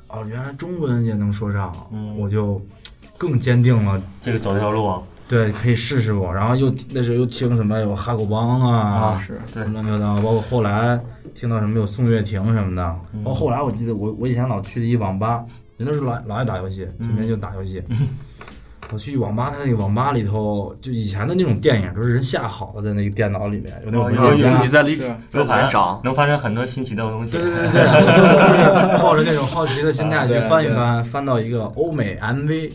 Speaker 4: 哦，原来中文也能说唱，啊
Speaker 3: 嗯
Speaker 4: 我就更坚定了。
Speaker 3: 这个走这条路啊，
Speaker 4: 对，可以试试我。然后又那时候又听什么有哈狗帮啊，
Speaker 1: 是
Speaker 3: 对
Speaker 4: 乱七八糟，包括后来听到什么有宋岳庭什么的。
Speaker 3: 嗯
Speaker 4: 包括后来我记得我我以前老去的一网吧，人都是老老爱打游戏，
Speaker 3: 嗯
Speaker 4: 天天就打游戏。我去网吧，他那个网吧里头，就以前的那种电影，都是人下好了在那个电脑里面，有那种
Speaker 3: 哦
Speaker 4: 文
Speaker 3: 有
Speaker 4: 件
Speaker 3: 有
Speaker 4: 夹
Speaker 5: 自己在里
Speaker 1: 是
Speaker 5: 在
Speaker 3: 能
Speaker 5: 里
Speaker 3: 发
Speaker 5: 面
Speaker 3: 生
Speaker 5: 找，
Speaker 3: 能发生很多新奇的东西。
Speaker 4: 对对对对，我就是抱着那种好奇的心态去
Speaker 1: 啊对
Speaker 4: 翻一翻，翻到一个欧美 MV，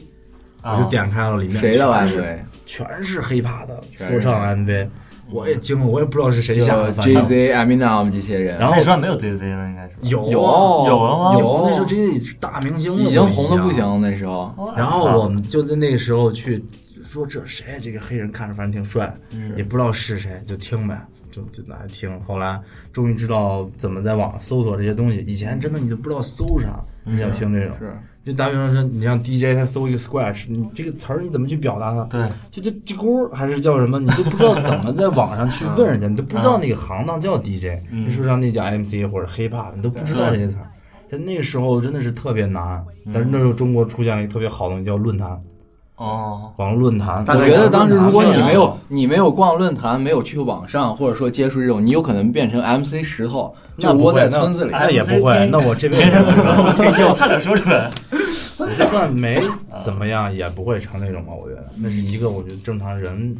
Speaker 3: 啊
Speaker 4: 我就点开了，里面
Speaker 1: 谁的
Speaker 4: 全
Speaker 1: 玩
Speaker 4: 是
Speaker 1: 对？
Speaker 4: 全是黑怕的
Speaker 1: 全
Speaker 4: 说
Speaker 1: 是
Speaker 4: 唱 MV，我也惊了，我也不知道是谁下
Speaker 1: 像
Speaker 4: 的，反正
Speaker 1: J Z、Eminem 这些人，
Speaker 4: 然后
Speaker 3: 那时候还没有 ZZ 呢，应该是吧
Speaker 4: 有
Speaker 1: 有
Speaker 4: 啊
Speaker 3: 有了吗
Speaker 4: 有，那时候
Speaker 1: 这
Speaker 4: 真是大明星了，
Speaker 1: 哦已经
Speaker 4: 都
Speaker 1: 红的不
Speaker 4: 一样。
Speaker 1: 行，啊那时候
Speaker 3: 哦
Speaker 4: 然后我们就在那个时候去说这谁呀这个黑人看着反正挺帅，
Speaker 1: 嗯
Speaker 4: 也不知道是谁，就听呗，就就来听。后来终于知道怎么在网上搜索这些东西，以前真的你都不知道搜啥，你想听这种。
Speaker 1: 嗯是
Speaker 4: 就打比方说，你让 DJ 他搜一个 scratch，你这个词儿你怎么去表达它？
Speaker 3: 对，
Speaker 4: 就这这锅还是叫什么，你都不知道怎么在网上去问人家，你都不知道那个行当叫 DJ，你说上那叫 MC 或者 hiphop，你都不知道这些词儿。在那个时候真的是特别难，但是那时候中国出现了一个特别好的东西叫论坛，
Speaker 3: 哦，
Speaker 4: 网络论坛。
Speaker 1: 我
Speaker 5: 但是
Speaker 1: 觉得当时如果你
Speaker 5: 网
Speaker 1: 没
Speaker 5: 络
Speaker 1: 有你没有逛论坛，没有去网上，或者说接触这种，你有可能变成 MC 石头，就
Speaker 4: 那不
Speaker 1: 窝
Speaker 4: 会
Speaker 1: 在村子里。
Speaker 4: 那也不会
Speaker 3: MCT
Speaker 4: 那我这
Speaker 3: 天
Speaker 4: 边
Speaker 3: 生我天差点说出来。
Speaker 4: 我就算没怎么样，也不会成那种吧？我觉得那是一个我觉得正常人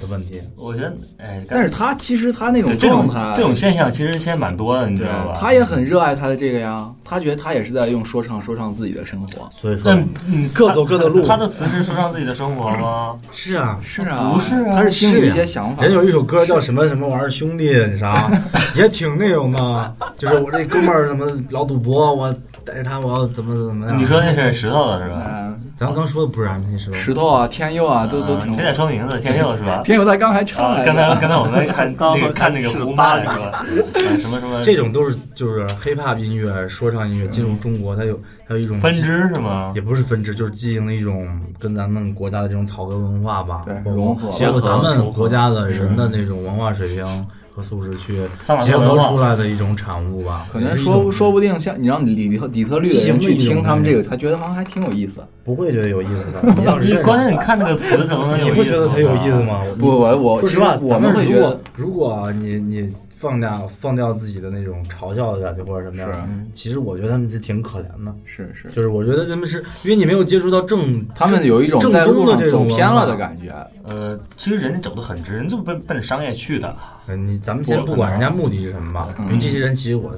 Speaker 4: 的问题。
Speaker 3: 我觉得，哎，
Speaker 1: 但是他其实他那
Speaker 3: 对
Speaker 1: 种
Speaker 3: 这
Speaker 1: 状
Speaker 3: 种
Speaker 1: 态，
Speaker 3: 这种现象其实现在蛮多的，你知
Speaker 1: 对啊
Speaker 3: 道吧？，
Speaker 1: 他也很热爱他的这个呀，他觉得他也是在用说唱说唱自己的生活。
Speaker 4: 所以说，
Speaker 3: 嗯嗯，
Speaker 4: 各走各的路。
Speaker 3: 他的词是说唱自己的生活 吗？
Speaker 4: 是啊，
Speaker 1: 是啊，
Speaker 3: 不是啊
Speaker 1: 他是心里
Speaker 4: 是
Speaker 1: 一
Speaker 4: 呀
Speaker 1: 些想法。
Speaker 4: 人有一首歌叫什么什么玩意儿兄弟啥， 也挺那种的，就是我这哥们儿什么老赌博，我带着他我要怎么怎么样。
Speaker 3: 你说那是石头的是吧？
Speaker 1: 嗯，
Speaker 4: 咱刚说的不是 MC 石头，
Speaker 1: 石头啊，天佑啊，都都挺
Speaker 3: 你。得说名字，天佑是吧？
Speaker 1: 天佑他刚还唱
Speaker 3: 啊，
Speaker 1: 来
Speaker 3: 刚
Speaker 1: 着，
Speaker 3: 才刚才我们还那个看那个胡妈是吧？啊什么什么
Speaker 4: 这种都是就是 hiphop 音乐、说唱音乐进入中国，它有它有一种
Speaker 3: 分，支是吗？
Speaker 4: 也不是分支，就是进行了一种跟咱们国家的这种草根文化吧，
Speaker 1: 对
Speaker 4: 包括
Speaker 1: 融合
Speaker 4: 结合咱
Speaker 3: 融合
Speaker 4: 们国家的人的那种文化水平和素质去
Speaker 3: 萨瓦
Speaker 4: 结
Speaker 3: 特文
Speaker 4: 合
Speaker 3: 化
Speaker 4: 出来的一种产物吧。
Speaker 1: 可
Speaker 4: 也
Speaker 1: 能
Speaker 4: 是一
Speaker 1: 说
Speaker 4: 种
Speaker 1: 说不定像你让李特底特律的人去听他
Speaker 4: 哎
Speaker 1: 们这个，他觉得好像还挺有意思。
Speaker 4: 不会觉得有意思的，你要是
Speaker 3: 你
Speaker 4: 认识
Speaker 3: 关键你看那个词怎么能有
Speaker 4: 你
Speaker 3: 意思？
Speaker 4: 会觉得它有意思？啊吗？
Speaker 1: 不，我我
Speaker 4: 嗯说实话，
Speaker 1: 我
Speaker 4: 咱
Speaker 1: 们会
Speaker 4: 如
Speaker 1: 觉
Speaker 4: 果
Speaker 1: 得
Speaker 4: 如果你你放掉放掉自己的那种嘲笑的感觉或者什么
Speaker 1: 是啊
Speaker 4: 样，嗯其实我觉得他们是挺可怜的。
Speaker 1: 是是，
Speaker 4: 就是我觉得他们是因为你没有接触到正，
Speaker 1: 他们有一种
Speaker 4: 正
Speaker 1: 在
Speaker 4: 宗
Speaker 1: 路
Speaker 4: 的
Speaker 1: 上
Speaker 4: 这
Speaker 1: 走
Speaker 4: 种
Speaker 1: 偏了的
Speaker 4: 文化
Speaker 1: 感觉。
Speaker 3: 呃，其实人家走的很直，人就奔奔商业去的。
Speaker 4: 呃你咱们先不管人家目的是什么吧，
Speaker 1: 嗯
Speaker 4: 因为这些人其实我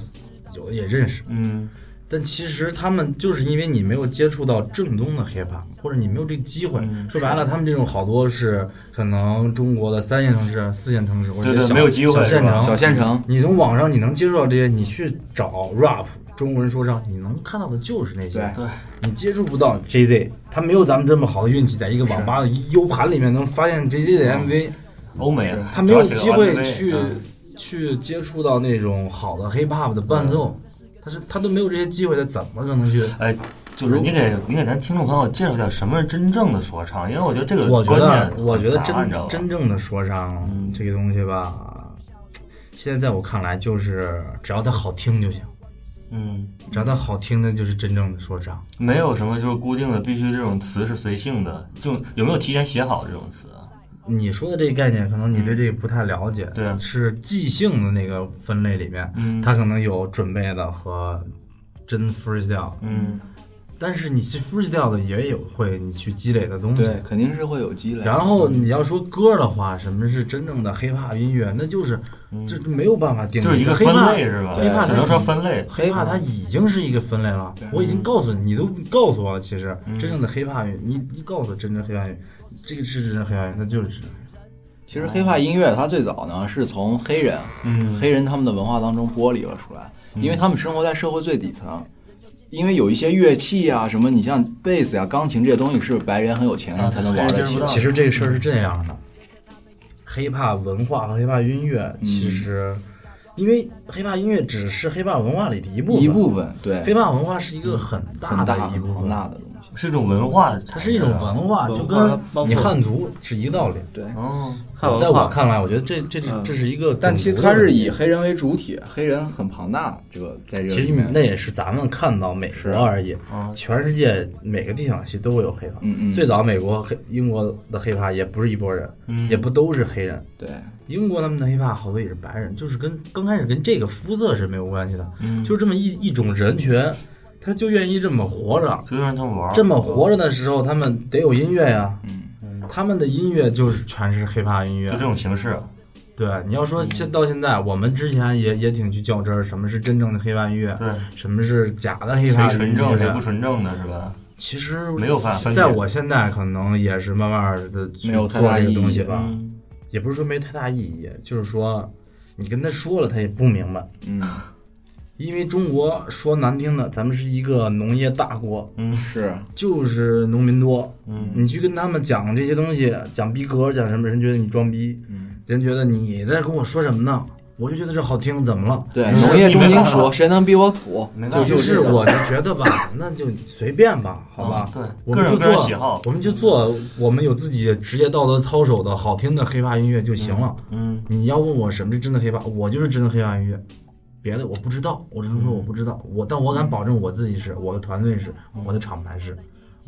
Speaker 4: 有的也认识，
Speaker 3: 嗯，
Speaker 4: 但其实他们就是因为你没有接触到正宗的 hiphop，或者你没有这个机会。
Speaker 3: 嗯
Speaker 4: 说白了，他们这种好多是可能中国的三线城市、四线城市或者
Speaker 3: 对对
Speaker 4: 小
Speaker 3: 没有机会
Speaker 4: 小县城、
Speaker 1: 小县城，
Speaker 4: 你从网上你能接触到这些，你去找 rap 中文说唱，你能看到的就是那些。
Speaker 1: 对
Speaker 3: 对，
Speaker 4: 你接触不到 JZ，他没有咱们这么好的运气，在一个网吧的 U 盘里面能发现 JZ
Speaker 3: 嗯
Speaker 4: 的 MV，、
Speaker 3: 欧美啊
Speaker 4: 他没有机会
Speaker 3: 去
Speaker 4: 去、去接触到那种好的 hip hop 的伴奏，他是他都没有这些机会，他怎么可能去？
Speaker 3: 哎，嗯就是你给你给咱听众朋友介绍点什么是真正的说唱，因为我觉得这个
Speaker 4: 我觉
Speaker 3: 观念很，
Speaker 4: 得
Speaker 3: 杂
Speaker 4: 我觉得
Speaker 3: 你
Speaker 4: 真
Speaker 3: 知道吧嗯
Speaker 4: 真正的说唱、这个东西吧，现在在我看来就是只要它好听就行，
Speaker 3: 嗯，
Speaker 4: 只要它好听，那就是真正的说唱。
Speaker 3: 没有什么就是固定的，必须这种词是随性的，就有没有提前写好这种词啊？
Speaker 4: 你说的这个概念，可能你对这个不太了解。
Speaker 3: 对啊
Speaker 4: 是即兴的那个分类里面，
Speaker 3: 嗯
Speaker 4: 它可能有准备的和真 freestyle，
Speaker 3: 嗯，
Speaker 4: 但是你去 freestyle 的也有会你去积累的东西。
Speaker 1: 对，肯定是会有积累。
Speaker 4: 然后你要说歌的话，什么是真正的 hiphop 音乐？那就是，这没有办法定义，
Speaker 3: 就是一个
Speaker 4: hiphop-
Speaker 3: 分类是吧？
Speaker 4: 黑怕
Speaker 3: 只
Speaker 4: 它
Speaker 3: 能说
Speaker 4: 已
Speaker 3: 分类。
Speaker 4: 黑怕它已经是一个分类了，我已经告诉你，你都告诉我了。其实真正的黑怕乐，你你告诉我真正黑怕乐，这个是真正黑怕乐，那就是真正黑怕乐
Speaker 1: 其实黑怕音乐它最早呢是从黑人，
Speaker 3: 嗯
Speaker 1: 黑人他们的文化当中剥离了出来，
Speaker 4: 嗯
Speaker 1: 因为他们生活在社会最底层。因为有一些乐器啊，什么你像贝斯啊、钢琴这些东西，是白人很有钱人才能玩得
Speaker 3: 黑人接触
Speaker 1: 起
Speaker 3: 不。到
Speaker 4: 啊其实这个事儿是这样的，黑怕文化和黑怕音乐其实，因为黑怕音乐只是黑怕文化里的一部分，
Speaker 1: 一部分，对，
Speaker 4: 哎黑怕文化是一个很
Speaker 1: 很
Speaker 4: 大
Speaker 1: 大
Speaker 4: 的一部
Speaker 1: 很
Speaker 4: 分。
Speaker 1: 大的东西。
Speaker 3: 是一种文化，
Speaker 4: 它是一种文化，就跟你汉族是一个道理。
Speaker 1: 对，
Speaker 3: 哦，
Speaker 5: 汉文
Speaker 4: 在我
Speaker 5: 化，
Speaker 4: 看来，我觉得这这这这是一个种族的
Speaker 1: 但
Speaker 4: 问题，
Speaker 1: 其实它是以黑人为主体，黑人很庞大，这个在这个
Speaker 4: 其
Speaker 1: 里
Speaker 4: 实
Speaker 1: 面
Speaker 4: 那也是咱们看到美
Speaker 1: 是
Speaker 4: 国而已
Speaker 3: 嗯，
Speaker 4: 全世界每个地方系都会有黑怕。
Speaker 1: 嗯嗯
Speaker 4: 最早美国黑英国的黑怕也不是一拨人，
Speaker 3: 嗯
Speaker 4: 也不都是黑人。
Speaker 1: 对
Speaker 4: 英国他们的黑怕好多也是白人，就是跟刚开始跟这个肤色是没有关系的，就这么一一种人群，他就愿意这么活着。
Speaker 3: 就让他们玩儿，
Speaker 4: 这么活着的时候，他们得有音乐呀。他们的音乐就是全是黑怕音乐
Speaker 3: 嗯就这。种形式，啊
Speaker 4: 对，你要说现到现在，我们之前也也挺去较真儿，什么是真正的黑怕音乐，
Speaker 3: 对，
Speaker 4: 什么是假的黑
Speaker 3: 谁
Speaker 4: 怕
Speaker 3: 纯正谁不纯
Speaker 4: 纯？
Speaker 3: 正的是吧？
Speaker 4: 其实
Speaker 3: 没有办法分
Speaker 4: 在
Speaker 3: 辨
Speaker 4: 我现在可能也是慢慢的去
Speaker 1: 没有
Speaker 4: 做
Speaker 1: 太大意
Speaker 4: 这个
Speaker 1: 义
Speaker 4: 东西吧，
Speaker 3: 嗯
Speaker 4: 也不是说没太大意义，就是说你跟他说了，他也不明白。
Speaker 1: 嗯
Speaker 4: 因为中国说难听的，咱们是一个农业大国，
Speaker 1: 是
Speaker 4: 就是农民多。嗯，你去跟他们讲这些东西，讲逼格，讲什么，人觉得你装逼，
Speaker 1: 嗯
Speaker 4: 人觉得你在跟我说什么呢？我就觉得这好听，怎么了？
Speaker 1: 对
Speaker 3: 是
Speaker 1: 农业中
Speaker 3: 没
Speaker 1: 心
Speaker 3: 办法
Speaker 1: 说谁能比我土
Speaker 3: 没办法
Speaker 1: 就
Speaker 4: 就
Speaker 1: 就是这个
Speaker 4: 我就觉 得吧，那就随便吧，好吧
Speaker 3: 嗯？对
Speaker 4: 我
Speaker 3: 个
Speaker 4: 们
Speaker 3: 人
Speaker 4: 就
Speaker 3: 个人
Speaker 4: 做
Speaker 3: 喜好
Speaker 4: 我们就做我们有自己职业道德操守的好听的黑怕音乐就行了。
Speaker 3: 嗯，
Speaker 4: 你要问我什么是真的黑怕，我就是真的黑怕音乐，别的我不知道，我只能
Speaker 3: 嗯
Speaker 4: 说我不知道。我但我敢保证我自己是，我的团队是，
Speaker 3: 嗯
Speaker 4: 我的厂牌是，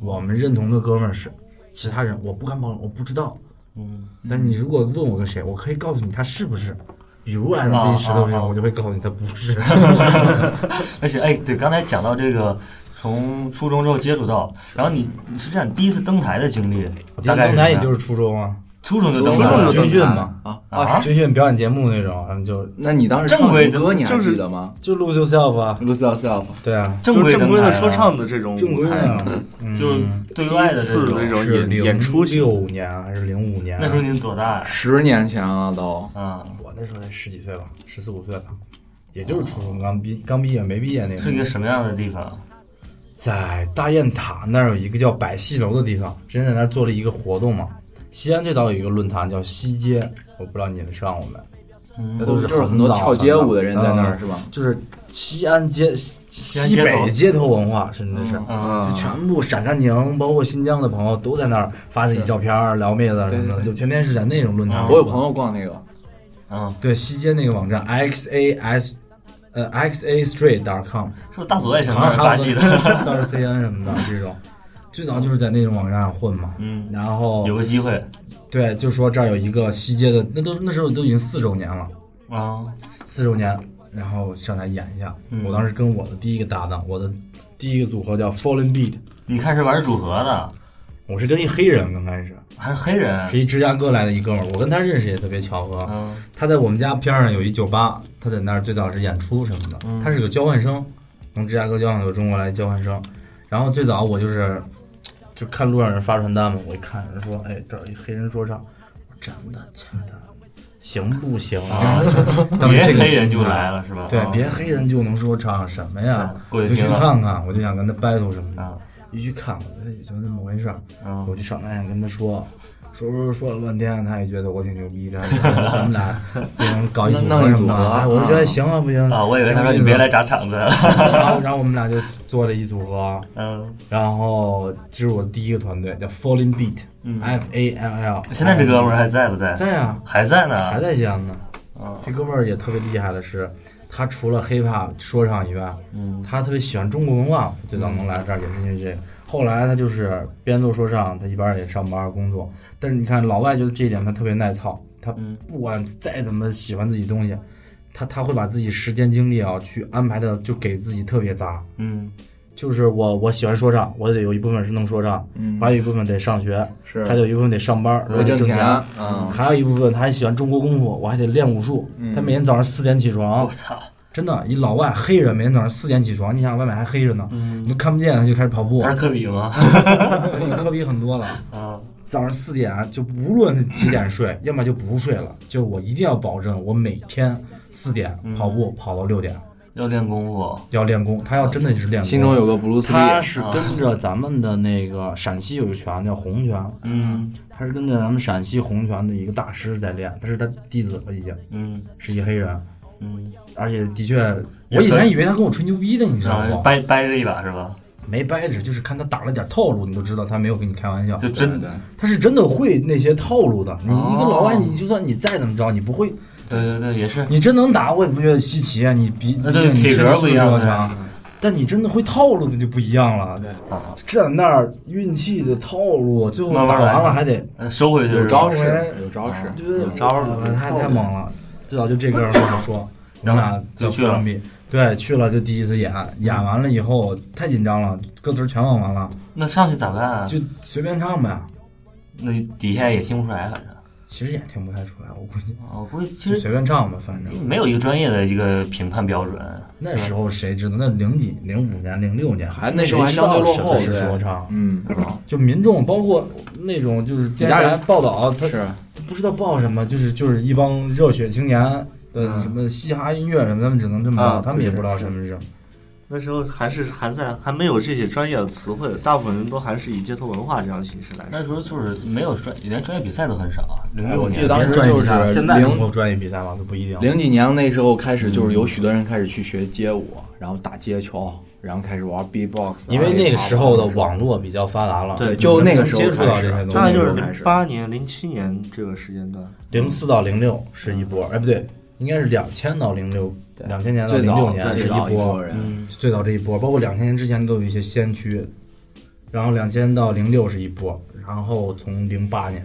Speaker 4: 我们认同的哥们儿是，其他人我不敢保证，我不知道。
Speaker 3: 嗯，
Speaker 4: 但你如果问我个谁，我可以告诉你他是不是。比如 MC 石头
Speaker 3: 啊啊
Speaker 4: 这样，我就会告诉你他不是。
Speaker 3: 而且哎，对，刚才讲到这个，从初中之后接触到，然后你你是这样第一次登台的经历， 大概
Speaker 4: 刚才
Speaker 3: 什
Speaker 4: 也
Speaker 3: 么
Speaker 4: 就
Speaker 3: 样
Speaker 4: 是初中啊，
Speaker 3: 初中就登
Speaker 5: 初
Speaker 3: 台
Speaker 5: 中
Speaker 3: 了
Speaker 5: 就，
Speaker 4: 军训
Speaker 5: 登台
Speaker 4: 嘛，
Speaker 1: 啊
Speaker 3: 啊
Speaker 1: 啊！
Speaker 4: 军训表演节目那种，然后就
Speaker 1: 那你当时
Speaker 3: 正
Speaker 1: 唱
Speaker 3: 规
Speaker 1: 什么歌
Speaker 3: 的
Speaker 1: 你还
Speaker 5: 就是
Speaker 1: 记得吗
Speaker 4: 就 lose yourself 啊，
Speaker 1: ？Lose yourself，
Speaker 4: 对啊，
Speaker 5: 就
Speaker 3: 正规
Speaker 5: 是正规
Speaker 3: 登
Speaker 5: 的
Speaker 3: 台啊
Speaker 5: 说，唱的这种舞台嘛，
Speaker 3: 就是
Speaker 4: 嗯
Speaker 3: 对外的这
Speaker 5: 四的这
Speaker 3: 种。
Speaker 5: 种
Speaker 4: 是
Speaker 5: 演
Speaker 4: 零
Speaker 5: 演出型
Speaker 4: 六五年啊还是零五年啊？
Speaker 3: 那时候您多大呀？
Speaker 1: 十年前了都。
Speaker 3: 啊，
Speaker 4: 我那时候才十几岁吧，十四五岁吧，也就是初中刚毕刚毕业没毕业那
Speaker 3: 是
Speaker 4: 会
Speaker 3: 一
Speaker 4: 儿，
Speaker 3: 个什么样的地方？
Speaker 4: 在大雁塔那儿有一个叫百戏楼的地方，之前在那儿做了一个活动嘛。西安最早有一个论坛叫西街，我不知道你们上过没？
Speaker 3: 嗯
Speaker 4: 那都
Speaker 1: 就是
Speaker 4: 很
Speaker 1: 很多
Speaker 4: 早
Speaker 1: 跳街舞的人在那儿
Speaker 4: 嗯
Speaker 1: 是吧
Speaker 4: 就是西安街西
Speaker 3: 安
Speaker 4: 西
Speaker 3: 街头
Speaker 4: 北街头文化，甚至是。
Speaker 1: 嗯
Speaker 3: 啊，
Speaker 4: 就全部陕甘宁，包括新疆的朋友都在那儿发自己照片儿、聊妹子什么
Speaker 1: 对对
Speaker 4: 的，
Speaker 1: 对
Speaker 4: 就天天是在那种论坛。
Speaker 1: 我有朋友逛那个，
Speaker 3: 嗯，
Speaker 4: 对西街那个网站 x a s 呃 x a street dot com，
Speaker 3: 是不是大左爱什么
Speaker 4: 好像
Speaker 3: 发
Speaker 4: 还
Speaker 3: 迹
Speaker 4: 有
Speaker 3: 的？
Speaker 4: 倒是 c n 什么的这种，最早就是在那种网站上混嘛。
Speaker 3: 嗯
Speaker 4: 然后
Speaker 3: 有个机会
Speaker 4: 对，就说这儿有一个西街的，那都那时候都已经四周年了，
Speaker 3: 啊，
Speaker 4: 四周年，然后上台演一下。
Speaker 3: 嗯
Speaker 4: 我当时跟我的第一个搭档，我的第一个组合叫 Fallen Beat，
Speaker 3: 你看是玩组合的，
Speaker 4: 我是跟一黑人刚开始。
Speaker 3: 还是黑人？
Speaker 4: 是一芝加哥来的一哥们儿，我跟他认识也特别巧合。
Speaker 3: 嗯
Speaker 4: 他在我们家边上有一酒吧，他在那儿最早是演出什么的。他是个交换生，从芝加哥交换到中国来交换生。然后最早我就是就看路上人发传单嘛，我一看人说，哎，这儿有一黑人说唱，真的假的，行不行 啊？当时
Speaker 3: 别
Speaker 4: 这个
Speaker 3: 黑人
Speaker 4: 心
Speaker 3: 就
Speaker 4: 态
Speaker 3: 来了是吧？
Speaker 4: 对
Speaker 3: 啊，
Speaker 4: 别黑人就能说唱什么呀？
Speaker 3: 过
Speaker 4: 我
Speaker 3: 去
Speaker 4: 就去
Speaker 3: 听了
Speaker 4: 看看，我就想跟他 battle 什么的。
Speaker 3: 啊
Speaker 4: 一去看，我觉得也就那么回事儿。
Speaker 3: 嗯
Speaker 4: 我就上台想跟他说，说说说了半天，他也觉得我挺牛逼的，咱们 俩也能搞一组
Speaker 1: 弄
Speaker 4: 合
Speaker 1: 一
Speaker 4: 什
Speaker 1: 组
Speaker 4: 么
Speaker 1: 合
Speaker 4: 的。哎，我就觉得行啊，不行
Speaker 3: 啊，我以为他说你别来。砸场子，
Speaker 4: 然后，然后我们俩就做了一组合，
Speaker 3: 嗯，
Speaker 4: 然后这是我第一个团队，叫 Falling
Speaker 3: 嗯
Speaker 4: Beat，F A L L。
Speaker 3: 现在这哥们儿还在不在？
Speaker 4: 在啊，
Speaker 3: 还在呢，
Speaker 4: 还在西安呢。这哥们儿也特别厉害的是，他除了 hiphop 说唱以外，
Speaker 3: 嗯
Speaker 4: 他特别喜欢中国文化，最早能来这儿也是因为这个。后来他就是边做说唱，他一边儿也上班儿工作。但是你看老外就是这一点，他特别耐操，他不管再怎么喜欢自己东西，他他会把自己时间精力啊去安排的，就给自己特别杂。
Speaker 3: 嗯
Speaker 4: 就是我我喜欢说唱，我得有一部分是能说唱，还有一部分得上学，
Speaker 1: 是
Speaker 4: 还得有一部分得上班，
Speaker 1: 得挣
Speaker 4: 挣
Speaker 1: 钱
Speaker 4: 钱，
Speaker 1: 嗯
Speaker 4: 啊还有一部分他还喜欢中国功夫，我还得练武术。他每天早上四点起床，
Speaker 3: 我操，
Speaker 4: 真的，一老外黑人每天早上四点起床，你想外面还黑着呢，你都看不见，嗯他就开始跑步
Speaker 3: 他，是科比吗？
Speaker 4: 比科比很多了。
Speaker 3: 啊，
Speaker 4: 早上四点就无论是几点睡，要么就不睡了，就是我一定要保证我每天四点跑步、跑到六点，
Speaker 3: 要练功夫，
Speaker 4: 要练功。他要真的是练功，
Speaker 1: 心中有个布鲁斯
Speaker 4: 他
Speaker 1: 利，
Speaker 4: 是跟着咱们的那个陕西有一拳叫洪拳，
Speaker 3: 嗯
Speaker 4: 他是跟啊着咱们陕西洪拳的一个大师在练，他是他弟子了已经，
Speaker 3: 嗯
Speaker 4: 是一黑人，
Speaker 3: 嗯，
Speaker 4: 而且的确，我以前以为他跟我吹牛逼的，你知道
Speaker 3: 啊
Speaker 4: 吗？
Speaker 3: 掰掰着一把是吧？
Speaker 4: 没掰扯，就是看他打了点套路，你都知道他没有跟你开玩笑
Speaker 3: 就，哦
Speaker 1: 对
Speaker 3: 真
Speaker 1: 对，
Speaker 4: 他是真的会那些套路的。你一个老外，你就算你再怎么着，你不会，
Speaker 3: 对对对，也是
Speaker 4: 你真能打，我也不觉得稀奇啊。你比
Speaker 3: 那对
Speaker 4: 毕竟你
Speaker 3: 体格
Speaker 4: 身
Speaker 3: 不
Speaker 4: 体
Speaker 3: 一样
Speaker 4: 素质
Speaker 3: 呗
Speaker 4: 要强，但你真的会套路的就不一样了。
Speaker 3: 啊，
Speaker 4: 站那儿运气的套路，最后
Speaker 3: 慢
Speaker 4: 打
Speaker 3: 慢来
Speaker 4: 完了还得
Speaker 3: 嗯收回去
Speaker 1: 有
Speaker 3: 是
Speaker 1: 招
Speaker 3: 吧？
Speaker 1: 式嗯
Speaker 4: 我，
Speaker 1: 有招式。
Speaker 4: 就是
Speaker 5: 有招儿
Speaker 4: 我
Speaker 5: 有
Speaker 4: 嗯太
Speaker 5: 套路
Speaker 4: 太猛了。最早就这哥们儿跟我说，我
Speaker 3: 然
Speaker 4: 们
Speaker 3: 后
Speaker 4: 俩
Speaker 3: 就
Speaker 4: 在
Speaker 3: 去了
Speaker 4: 菲律宾，对，去了就第一次演，演完了以后太紧张了，歌词儿全忘完了，
Speaker 3: 那上去咋办啊？
Speaker 4: 就随便唱呗。
Speaker 3: 那底下也听不出来，反正
Speaker 4: 其实也听不太出来，我估计
Speaker 3: 啊，我估计其
Speaker 4: 就
Speaker 3: 实
Speaker 4: 随便唱吧，反正
Speaker 3: 没有一个专业的一个评判标准。
Speaker 4: 那时候谁知道？那零几、零五年、零六年
Speaker 1: 还那时候还
Speaker 4: 谁知道
Speaker 1: 相对落后
Speaker 4: 什么是
Speaker 1: 对
Speaker 4: 说唱，
Speaker 1: 嗯，
Speaker 4: 就民众包括那种就是电
Speaker 1: 家
Speaker 4: 视台
Speaker 1: 人
Speaker 4: 报道，他
Speaker 1: 是
Speaker 4: 不知道报什么，就是就是一帮热血青年的
Speaker 5: 嗯
Speaker 4: 什么嘻哈音乐什么，他们只能这么报，
Speaker 5: 啊
Speaker 4: 他们也
Speaker 5: 对
Speaker 4: 不知道什么是。
Speaker 5: 那时候还是还在还没有这些专业的词汇，大部分人都还是以街头文化这样的形式来
Speaker 3: 那
Speaker 5: 说。
Speaker 3: 时候就是没有专，连专业比赛都很少。啊零
Speaker 1: 哎
Speaker 3: 六
Speaker 1: 我记得
Speaker 3: 年，
Speaker 1: 当时
Speaker 4: 专业比赛
Speaker 1: 就是
Speaker 4: 现在能
Speaker 1: 零
Speaker 4: 够专业比赛吗？都不一定。
Speaker 1: 零几年那时候开始，
Speaker 4: 嗯
Speaker 1: 就是有许多人开始去学街舞，然后打街球，然后开始玩 B-box，
Speaker 4: 因为那个时候的网络比较发达了，
Speaker 1: 啊对就那个时候
Speaker 4: 能接触到这些
Speaker 1: 大
Speaker 4: 东
Speaker 5: 概
Speaker 1: 概
Speaker 4: 西
Speaker 5: 就
Speaker 1: 就是是
Speaker 5: 零八年、零七年这个时间段，。
Speaker 4: 零四到零六是一波，哎不对，应该是两千到零六，
Speaker 1: 对
Speaker 4: 两千年到
Speaker 1: 最
Speaker 4: 零六
Speaker 1: 早
Speaker 4: 年
Speaker 1: 最
Speaker 4: 是
Speaker 1: 早
Speaker 4: 波
Speaker 1: 波，人，
Speaker 5: 嗯，
Speaker 4: 最早这一波，包括两千年之前都有一些先驱，然后两千到零六是一波，然后从零八年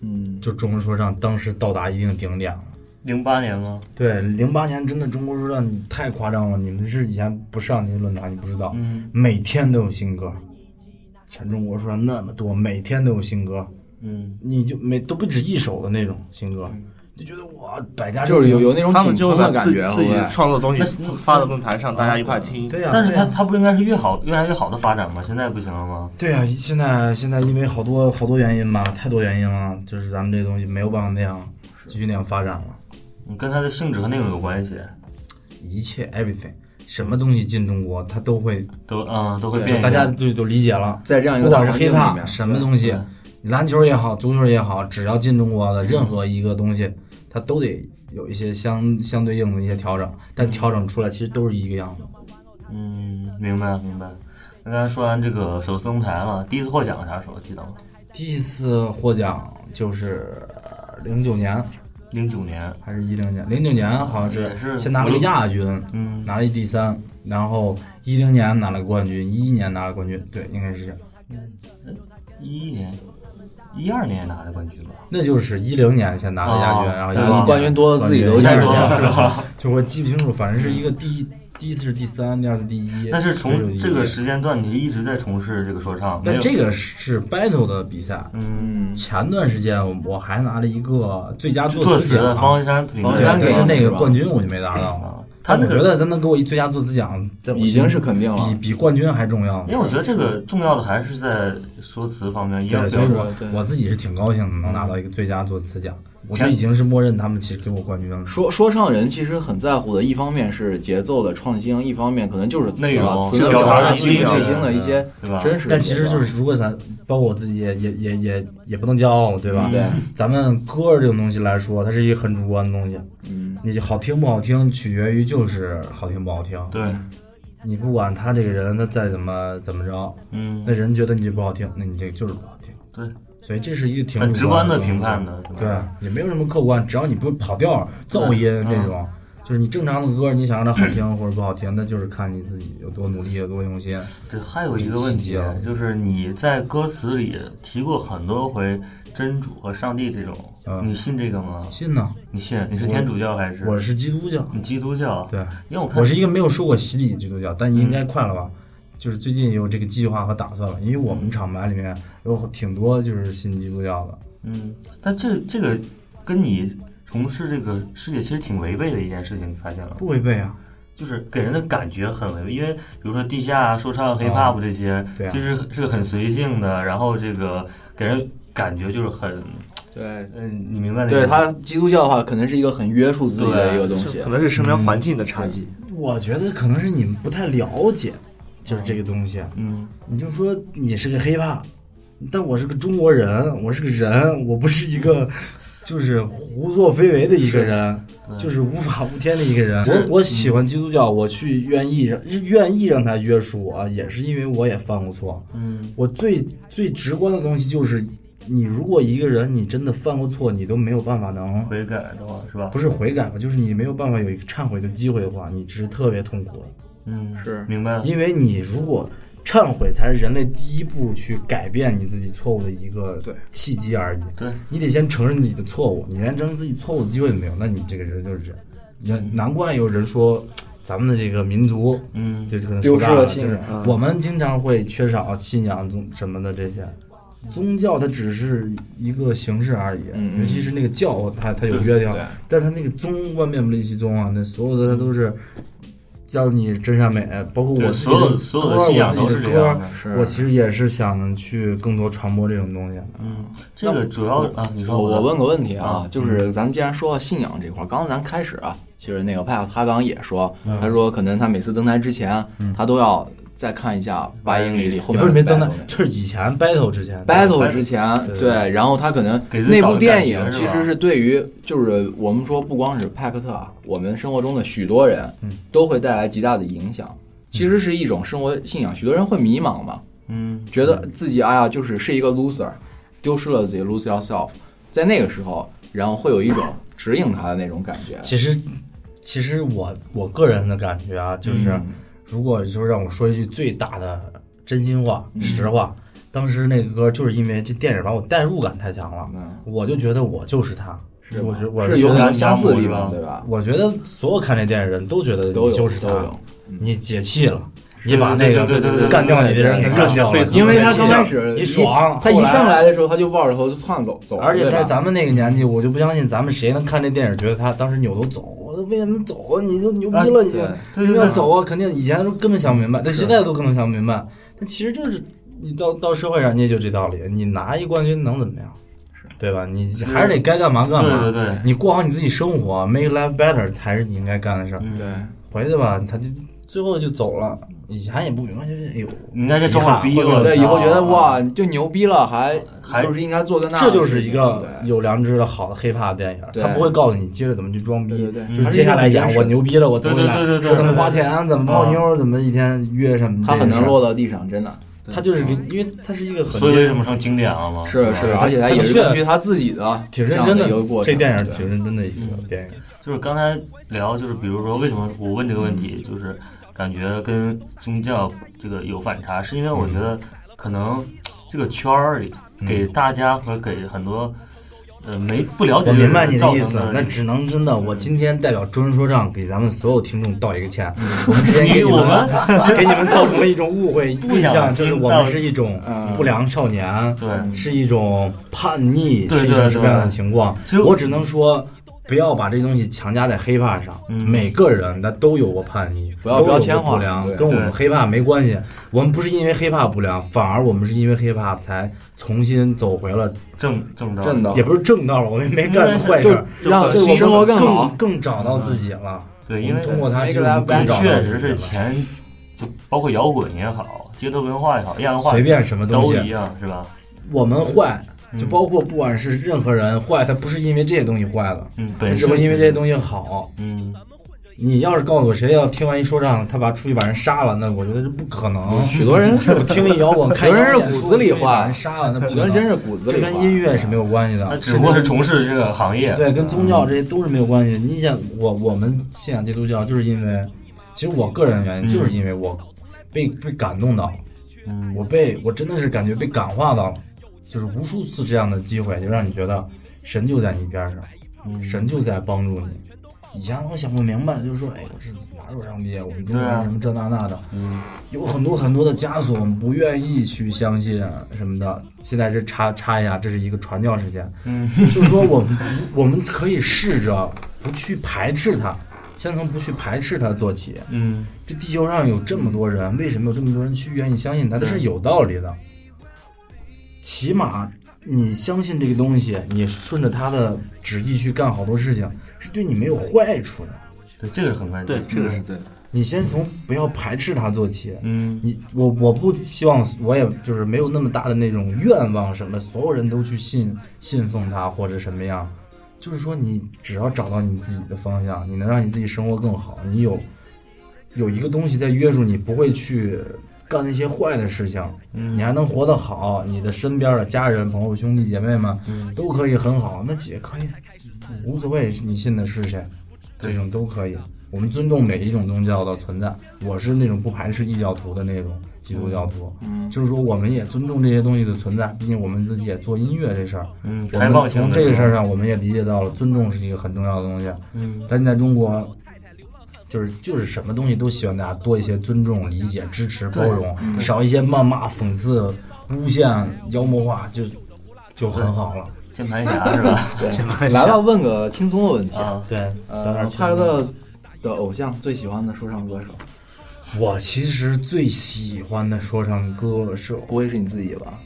Speaker 1: 嗯，
Speaker 4: 就中国说唱当时到达一定顶点了。
Speaker 3: 零八年吗？
Speaker 4: 对，零八年真的中国说唱你太夸张了，你们是以前不上那些论坛，你不知道，
Speaker 3: 嗯
Speaker 4: 每天都有新歌，全中国说唱那么多，每天都有新歌，
Speaker 3: 嗯，
Speaker 4: 你就每都不止一首的那种新歌，就觉得哇，百家
Speaker 1: 就是有
Speaker 4: 有
Speaker 1: 有那种
Speaker 5: 他们
Speaker 1: 紧
Speaker 5: 就会
Speaker 1: 绷
Speaker 5: 把
Speaker 1: 的
Speaker 5: 自
Speaker 1: 感觉，
Speaker 5: 自
Speaker 1: 会
Speaker 5: 己
Speaker 1: 不会啊
Speaker 5: 创作东西
Speaker 3: 那是
Speaker 5: 发到论坛上，大家一块听。
Speaker 4: 对呀、
Speaker 3: 但是
Speaker 4: 啊对呀
Speaker 3: 它它不应该是越好越来越好的发展吗？现在不行了吗？
Speaker 4: 对呀、现在现在因为好多好多原因吧，太多原因了，就是咱们这东西没有办法那样继续那样发展了，
Speaker 3: 你跟它的性质和内容有关系，
Speaker 4: 一切 everything 什么东西进中国，它都会
Speaker 3: 都嗯都会
Speaker 1: 对
Speaker 3: 变一
Speaker 4: 大
Speaker 3: 变。
Speaker 4: 家就就理解了。
Speaker 1: 在这样一
Speaker 4: 不
Speaker 1: 个大
Speaker 4: 管是
Speaker 1: 环境
Speaker 4: hip
Speaker 1: 里
Speaker 4: hop
Speaker 1: 面，
Speaker 4: 什么东西
Speaker 3: 对，
Speaker 4: 篮球也好，足球也好，只要进中国的任何一个东西，它都得有一些相相对应的一些调整，但调整出来其实都是一个样子。
Speaker 3: 嗯，明白明白。那刚才说完这个首次登台了，第一次获奖是啥时候记得吗？
Speaker 4: 第一次获奖就是呃零九年
Speaker 3: 零九年。
Speaker 4: 还是一零年？零九年好像
Speaker 3: 也是
Speaker 4: 是先拿了个亚军，
Speaker 3: 嗯，
Speaker 4: 拿了一第三，然后一零年拿了冠军，一一年拿了冠军，对，应该是这样。
Speaker 3: 一一年、一二年拿的冠军吧。
Speaker 4: 那就是一零年先拿了亚军，
Speaker 3: 哦
Speaker 4: 然后
Speaker 3: 对
Speaker 4: 11年
Speaker 1: 冠军多自己都
Speaker 4: 冠
Speaker 1: 记
Speaker 4: 军
Speaker 3: 太
Speaker 1: 不
Speaker 3: 多
Speaker 1: 住
Speaker 3: 了是吧？
Speaker 4: 就我记不清楚，反正是一个第一，第一次是第三，第二次第一。
Speaker 3: 嗯但是从这个
Speaker 4: 是，
Speaker 3: 时间段，你一直在从事这个说唱，没
Speaker 4: 但
Speaker 3: 有
Speaker 4: 这个是 battle 的比赛。
Speaker 3: 嗯，
Speaker 1: 嗯，
Speaker 4: 前段时间我还拿了一个最佳
Speaker 3: 作
Speaker 4: 作词
Speaker 3: 词
Speaker 4: 奖啊
Speaker 3: 的，方文山里
Speaker 1: 方文
Speaker 4: 对
Speaker 1: 山
Speaker 3: 面
Speaker 1: 给
Speaker 4: 但是
Speaker 1: 的
Speaker 4: 那
Speaker 1: 是
Speaker 4: 个
Speaker 1: 吧
Speaker 4: 冠军我就没拿到。
Speaker 3: 啊，他
Speaker 4: 但
Speaker 3: 那
Speaker 4: 我觉
Speaker 3: 个，
Speaker 4: 得他能给我一最佳作词奖，在我
Speaker 1: 已
Speaker 4: 心
Speaker 1: 经
Speaker 4: 里
Speaker 1: 是肯定了
Speaker 4: 比，比冠军还重要。
Speaker 3: 因为我觉得这个重要的还是在说辞方面，一样
Speaker 4: 对，
Speaker 1: 就
Speaker 3: 比较
Speaker 4: 所以
Speaker 1: 是
Speaker 4: 我
Speaker 1: 对
Speaker 4: 我自己是挺高兴的，能拿到一个最佳作词奖，我就
Speaker 3: 前
Speaker 4: 已经是默认他们其实给我冠军了。
Speaker 1: 说说唱人其实很在乎的，一方面是节奏的创新，一方面可能就是词
Speaker 3: 内容
Speaker 1: 了，词的
Speaker 3: 表达的
Speaker 1: 表激
Speaker 3: 精
Speaker 1: 励
Speaker 3: 神
Speaker 1: 最新的一些
Speaker 4: 嗯
Speaker 3: 对吧
Speaker 1: 真实的节奏。
Speaker 4: 但其实
Speaker 3: 啊
Speaker 4: 就是，如果咱包括我自己也也也也也不能骄傲，对吧？
Speaker 1: 对，
Speaker 4: 咱们歌儿这种东西来说，它是一个很主观的东西，
Speaker 1: 嗯，
Speaker 4: 你好听不好听取决于就是好听不好听。
Speaker 3: 对，
Speaker 4: 你不管他这个人他再怎么怎么着，
Speaker 3: 嗯
Speaker 4: 那，人觉得你这不好听，那你这就是不好听。
Speaker 3: 对，
Speaker 4: 所以这是一个挺
Speaker 3: 很直
Speaker 4: 主
Speaker 3: 观
Speaker 4: 观
Speaker 3: 的
Speaker 4: 东西
Speaker 3: 评判，的，对
Speaker 4: 对
Speaker 3: 吧？，
Speaker 4: 也没有什么客观，只要你不跑调儿、噪音
Speaker 3: 啊
Speaker 4: 这种。就是你正常的歌，你想让它好听或者不好听，那就是看你自己有多努力、有多用心。
Speaker 3: 对，还有一个问题
Speaker 4: 细节啊，
Speaker 3: 就是你在歌词里提过很多回真主和上帝这种，
Speaker 4: 嗯
Speaker 3: 你信这个吗？
Speaker 4: 信呢，
Speaker 3: 你信？你是天主教还是？嗯
Speaker 4: 我是基督教，
Speaker 3: 你基督教？，啊
Speaker 4: 对，
Speaker 3: 因为我看
Speaker 4: 我是一个没有受过洗礼的基督教，但应该快了吧？就是最近有这个计划和打算了，因为我们厂牌里面有挺多就是信基督教的。
Speaker 3: 嗯，但这这个跟你从事这个事业其实挺违背的一件事情，你发现了吗？
Speaker 4: 不违背啊，
Speaker 3: 就是给人的感觉很违背，因为比如说地下说唱、hip
Speaker 4: 啊
Speaker 3: hop 这些，
Speaker 4: 对啊
Speaker 3: 其实是个很随性的，然后这个给人感觉就是很，
Speaker 1: 对，
Speaker 3: 嗯，你明白那个？
Speaker 1: 对他基督教的话，可能是一个很约束自己的
Speaker 3: 对
Speaker 1: 一个东
Speaker 5: 是
Speaker 1: 西
Speaker 5: 可。能是身边
Speaker 1: 嗯
Speaker 5: 环境的差异。
Speaker 4: 我觉得可能是你们不太了解，就是这个东西。
Speaker 3: 嗯，
Speaker 4: 你就说你是个黑怕，但我是个中国人，我是个人，我不是一个就是胡作非为的一个人， 就是无法无天的一个人。
Speaker 3: 是
Speaker 4: 我我喜欢基督教，我去愿意让愿意让他约束我，也是因为我也犯过错。
Speaker 3: 嗯，
Speaker 4: 我最最直观的东西就是，你如果一个人你真的犯过错，你都没有办法能
Speaker 3: 悔改的话是吧？
Speaker 4: 不是悔改吧，就是你没有办法有一个忏悔的机会的话，你是特别痛苦的。
Speaker 3: 嗯，
Speaker 1: 是
Speaker 3: 明白了。
Speaker 4: 因为你如果忏悔才是人类第一步去改变你自己错误的一个
Speaker 1: 对
Speaker 4: 契机而已。
Speaker 3: 对，
Speaker 4: 你得先承认自己的错误，你连承认自己错误的机会都没有，那你这个人就是这样。也难怪有人说，咱们的这个民族，
Speaker 3: 嗯
Speaker 4: 就可能
Speaker 1: 丢
Speaker 4: 说
Speaker 1: 失
Speaker 4: 大
Speaker 1: 了
Speaker 4: 了，
Speaker 1: 信啊
Speaker 4: 就是
Speaker 1: 仰
Speaker 4: 我们经常会缺少信仰宗什么的这些。宗教它只是一个形式而已，
Speaker 1: 嗯嗯
Speaker 4: 尤其是那个教，它它有约定
Speaker 1: 对，
Speaker 4: 但是它那个宗万变不离其宗啊，那所有的它都是教你真善美，包括我
Speaker 3: 嗯对
Speaker 4: 自己
Speaker 3: 所有
Speaker 4: 的
Speaker 3: 的所有的
Speaker 4: 歌
Speaker 3: 信仰都
Speaker 4: 我自
Speaker 3: 是
Speaker 4: 己
Speaker 3: 这
Speaker 4: 的歌
Speaker 3: 样的
Speaker 1: 是
Speaker 4: 我其实也是想去更多传播这种东西。
Speaker 3: 嗯，这个主要啊，你说
Speaker 1: 我我
Speaker 3: 的
Speaker 1: 问个问题啊
Speaker 3: 啊，
Speaker 1: 就是咱们既然说到信仰这块儿，刚刚咱开始啊，其实那个派他刚刚也说，
Speaker 3: 嗯
Speaker 1: 他说可能他每次登台之前，他都要再看一下八英里里后面
Speaker 4: 也不是没登的
Speaker 1: battle 那，个
Speaker 4: 就是以前 battle 之前
Speaker 1: battle 之前，
Speaker 4: 对
Speaker 1: 对，然后他可能
Speaker 3: 嗯给自己
Speaker 1: 那
Speaker 3: 找
Speaker 1: 部
Speaker 3: 个
Speaker 1: 电
Speaker 3: 感
Speaker 1: 影
Speaker 3: 觉
Speaker 1: 其
Speaker 3: 是吧
Speaker 1: 实是对于就是我们说不光是派克特啊，我们生活中的许多人
Speaker 3: 嗯
Speaker 1: 都会带来极大的影响，其实是一种生活信仰，许多人会迷茫嘛，
Speaker 3: 嗯，
Speaker 1: 觉得自己哎呀就是是一个 loser，丢失了自己 lose yourself，在那个时候，然后会有一种指引他的那种感觉，
Speaker 4: 其实，其实我我个人的感觉啊，就是、
Speaker 3: 嗯
Speaker 4: 如果就是让我说一句最大的真心话、
Speaker 3: 嗯
Speaker 4: 实话，当时那个歌就是因为这电影把我代入感太强了，
Speaker 1: 嗯，
Speaker 4: 我就觉得我就是他，
Speaker 1: 是
Speaker 4: 我
Speaker 1: 吧
Speaker 4: 觉我
Speaker 1: 是有
Speaker 4: 觉
Speaker 1: 很
Speaker 4: 得
Speaker 1: 多相似的地
Speaker 3: 是吧
Speaker 1: 方，对吧？
Speaker 4: 我觉得所有看这电影人都觉得
Speaker 1: 都
Speaker 4: 你
Speaker 1: 有
Speaker 4: 就是
Speaker 1: 都
Speaker 4: 他
Speaker 1: 有，
Speaker 4: 你解气了，你把那
Speaker 3: 对
Speaker 4: 个
Speaker 3: 对对对对
Speaker 4: 干掉你的人给
Speaker 1: 对
Speaker 4: 干掉了
Speaker 5: 对，对
Speaker 1: 因为他
Speaker 4: 解
Speaker 1: 刚
Speaker 4: 气
Speaker 1: 开
Speaker 4: 了
Speaker 1: 始
Speaker 4: 你
Speaker 1: 一
Speaker 4: 爽，
Speaker 1: 他
Speaker 4: 后
Speaker 1: 一
Speaker 4: 来
Speaker 1: 上来的时候他就抱着头就窜走走了，
Speaker 4: 而且
Speaker 1: 对吧
Speaker 4: 在咱们那个年纪，我就不相信咱们谁能看这电影觉得他当时扭头走，我说为什么走啊？你就牛逼了，已经、
Speaker 1: 对
Speaker 3: 对
Speaker 4: 你
Speaker 3: 对
Speaker 4: 要
Speaker 3: 对
Speaker 4: 走啊，肯定以前都根本想不明白，但现在都可能想不明白。但其实就是你到到社会上，你也就这道理，你拿一冠军能怎么样？对吧？你还是得该干嘛干嘛。
Speaker 3: 对对对
Speaker 4: 你过好你自己生活，make life better 才是你应该干的事儿。
Speaker 3: 嗯
Speaker 1: 对。
Speaker 4: 回去吧，他就最后就走了。以前也不明白，就是哎呦，
Speaker 3: 你看这生活逼啊
Speaker 4: 遗憾
Speaker 3: 我，
Speaker 1: 对，以后觉得
Speaker 3: 操
Speaker 1: 哇，就牛逼了，还
Speaker 3: 还
Speaker 1: 就是应该做个那，
Speaker 4: 这就是一个
Speaker 1: 对
Speaker 4: 有良知的好的 hiphop 电
Speaker 1: 对
Speaker 4: 影，他不会告诉你接着怎么去装逼
Speaker 1: 对对，对
Speaker 4: 就是接下来演我牛逼了，我怎么
Speaker 3: 对对
Speaker 4: 来
Speaker 3: 对对对
Speaker 4: 我怎么
Speaker 3: 对
Speaker 4: 花
Speaker 3: 对对
Speaker 4: 钱，怎么泡妞，怎么一天约什么这
Speaker 1: 他
Speaker 4: 些事
Speaker 1: 很
Speaker 4: 儿，
Speaker 1: 能落到地上，真的
Speaker 4: 他就是给，因为他是一个很
Speaker 3: 所以为什么成经典了嘛？
Speaker 1: 是是，而且他
Speaker 4: 他
Speaker 1: 也
Speaker 4: 的
Speaker 1: 是
Speaker 4: 确
Speaker 1: 根据他自己的
Speaker 4: 挺认真
Speaker 1: 这样的
Speaker 4: 的
Speaker 1: 一个过程，
Speaker 4: 这电影
Speaker 1: 对
Speaker 4: 挺认真的一个电影，
Speaker 3: 就是刚才聊，就是比如说为什么我问这个问题，就是感觉跟宗教这个有反差，是因为我觉得可能这个圈儿里
Speaker 1: 嗯
Speaker 3: 给大家和给很多呃没不了解的
Speaker 4: 我
Speaker 3: 人
Speaker 4: 明白你的
Speaker 3: 造
Speaker 4: 意
Speaker 3: 成
Speaker 4: 思，那
Speaker 3: 的
Speaker 4: 只能真的，我今天代表中文说唱给咱们所有听众道一个歉，我们之前给你
Speaker 3: 我
Speaker 4: 们
Speaker 3: 们
Speaker 4: 给你们造成了一种误会
Speaker 3: 不
Speaker 4: 印
Speaker 3: 想
Speaker 4: 象，就是
Speaker 3: 听
Speaker 4: 我们
Speaker 3: 到
Speaker 4: 是一种
Speaker 1: 嗯
Speaker 4: 不良少年，
Speaker 3: 对
Speaker 4: 是一种叛逆，
Speaker 3: 对
Speaker 4: 是一
Speaker 3: 对
Speaker 4: 种什么样的
Speaker 3: 对
Speaker 4: 情况
Speaker 3: 其实？
Speaker 4: 我只能说。不要把这东西强加在黑怕上，
Speaker 3: 嗯
Speaker 4: 每个人他都有过叛逆，
Speaker 1: 不要
Speaker 4: 都有
Speaker 1: 标签
Speaker 4: 过
Speaker 1: 化
Speaker 4: 不良
Speaker 1: 对
Speaker 4: 跟我们
Speaker 3: 对
Speaker 4: 黑怕没关系。我们不是因为黑怕不良，反而我们是因为黑怕才重新走回了
Speaker 3: 正正道
Speaker 1: 真的
Speaker 4: 也不是正道了，我们没干什么坏事
Speaker 3: 嗯
Speaker 4: 儿，
Speaker 1: 就让
Speaker 4: 就是我们
Speaker 1: 生活更好
Speaker 4: 更更找到自己了。
Speaker 3: 对，
Speaker 4: 我
Speaker 3: 嗯因为
Speaker 4: 们通过它是我们更
Speaker 3: 但
Speaker 4: 找到
Speaker 3: 确实
Speaker 4: 自己
Speaker 3: 是
Speaker 4: 了
Speaker 3: 前，就包括摇滚也好，街头文化也好，亚文化
Speaker 4: 随便什么东
Speaker 3: 都
Speaker 4: 西
Speaker 3: 一，样，是吧？
Speaker 4: 我们坏，
Speaker 3: 嗯
Speaker 4: 就包括不管是任何人坏，他不是因为这些东西坏了，
Speaker 3: 嗯，
Speaker 4: 他
Speaker 3: 本
Speaker 4: 只
Speaker 3: 身
Speaker 4: 不过因为这些东西啊好。
Speaker 3: 嗯，
Speaker 4: 你要是告诉我谁要听完一说唱，他把出去把人杀了，那我觉得这不可能。
Speaker 1: 许多人是
Speaker 4: 我 听一摇滚，看
Speaker 1: 有人
Speaker 4: 一
Speaker 1: 是
Speaker 4: 摇滚
Speaker 1: 骨子里
Speaker 4: 出去把
Speaker 1: 坏
Speaker 4: 人杀了，那不
Speaker 1: 许
Speaker 4: 可
Speaker 1: 多人
Speaker 4: 能
Speaker 1: 真是骨子
Speaker 4: 这
Speaker 1: 里
Speaker 4: 跟
Speaker 1: 话
Speaker 4: 音乐是没有关系的，
Speaker 3: 他只不过是从事这个行业，
Speaker 4: 对，跟宗教这些都是没有关系。你想，我我们信仰基督教，就是因为，其实我个人原因，
Speaker 3: 嗯
Speaker 4: 就是因为我被被感动到，
Speaker 3: 嗯，
Speaker 4: 我被我真的是感觉被感化到，就是无数次这样的机会，就让你觉得神就在你边上，
Speaker 3: 嗯
Speaker 4: 神就在帮助你。以前我想不明白，就是说，哎，我是哪有上帝啊？我们中国
Speaker 3: 对啊
Speaker 4: 人什么这那那的，
Speaker 3: 嗯
Speaker 4: 有很多很多的枷锁，我们不愿意去相信啊什么的。现在这插插一下，这是一个传教事件，
Speaker 3: 嗯，
Speaker 4: 就是说我们 不我们可以试着不去排斥它，先从不去排斥它做起。
Speaker 3: 嗯，
Speaker 4: 这地球上有这么多人，为什么有这么多人去愿意相信它？这是有道理的。起码你相信这个东西，你顺着它的旨意去干好多事情，是对你没有坏处的。
Speaker 3: 对，这个是很关键
Speaker 5: 对，，这个
Speaker 1: 嗯
Speaker 5: 是对的。
Speaker 4: 你先从不要排斥它做起。
Speaker 3: 嗯，
Speaker 4: 你我我不希望，我也就是没有那么大的那种愿望什么，所有人都去信信奉他或者什么样。就是说你只要找到你自己的方向，你能让你自己生活更好，你有有一个东西在约束你，不会去干那些坏的事情，你还能活得好，你的身边的家人、朋友、兄弟姐妹们、都可以很好，那姐可以，无所谓你信的是谁，这种都可以。我们尊重每一种宗教的存在，我是那种不排斥异教徒的那种基督教徒，
Speaker 1: 嗯
Speaker 4: 就是说我们也尊重这些东西的存在，毕竟我们自己也做音乐这事儿，
Speaker 3: 嗯，
Speaker 4: 我
Speaker 3: 开放
Speaker 4: 们
Speaker 3: 性
Speaker 4: 从
Speaker 3: 的
Speaker 4: 这个事儿上，我们也理解到了尊重是一个很重要的东西。
Speaker 3: 嗯，
Speaker 4: 但是在中国，就是就是什么东西都希望大家多一些尊重、理解、支持、包容，少一些谩骂、讽刺、诬陷、妖魔化，就就很好了。
Speaker 3: 键盘侠是 吧？
Speaker 1: 对，来吧，问个轻松的问题。
Speaker 3: 啊，
Speaker 4: 对，找
Speaker 1: 呃快
Speaker 4: 点，钱。
Speaker 1: 乐的偶像最喜欢的说唱歌手，
Speaker 4: 我其实最喜欢的说唱歌手，
Speaker 1: 不会是你自己吧？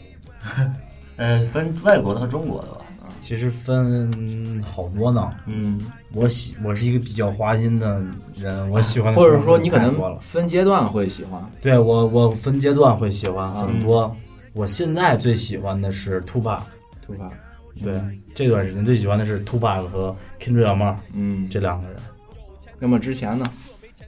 Speaker 3: 呃，分外国的和中国的吧。
Speaker 4: 其实分好多呢。
Speaker 3: 嗯，
Speaker 4: 我喜我是一个比较花心的人，我喜欢的
Speaker 1: 或者
Speaker 4: 说
Speaker 1: 说
Speaker 4: 唱
Speaker 1: 你可
Speaker 4: 太多了
Speaker 1: 能分阶段会喜欢，
Speaker 4: 对我，我分阶段会喜欢很多。
Speaker 1: 啊
Speaker 4: 我现在最喜欢的是 Tupac，
Speaker 1: 对吧？
Speaker 4: 对、这段时间最喜欢的是 Tupac 和 Kendrick Lamar
Speaker 1: 嗯，
Speaker 4: 这两个人。
Speaker 1: 那么之前呢，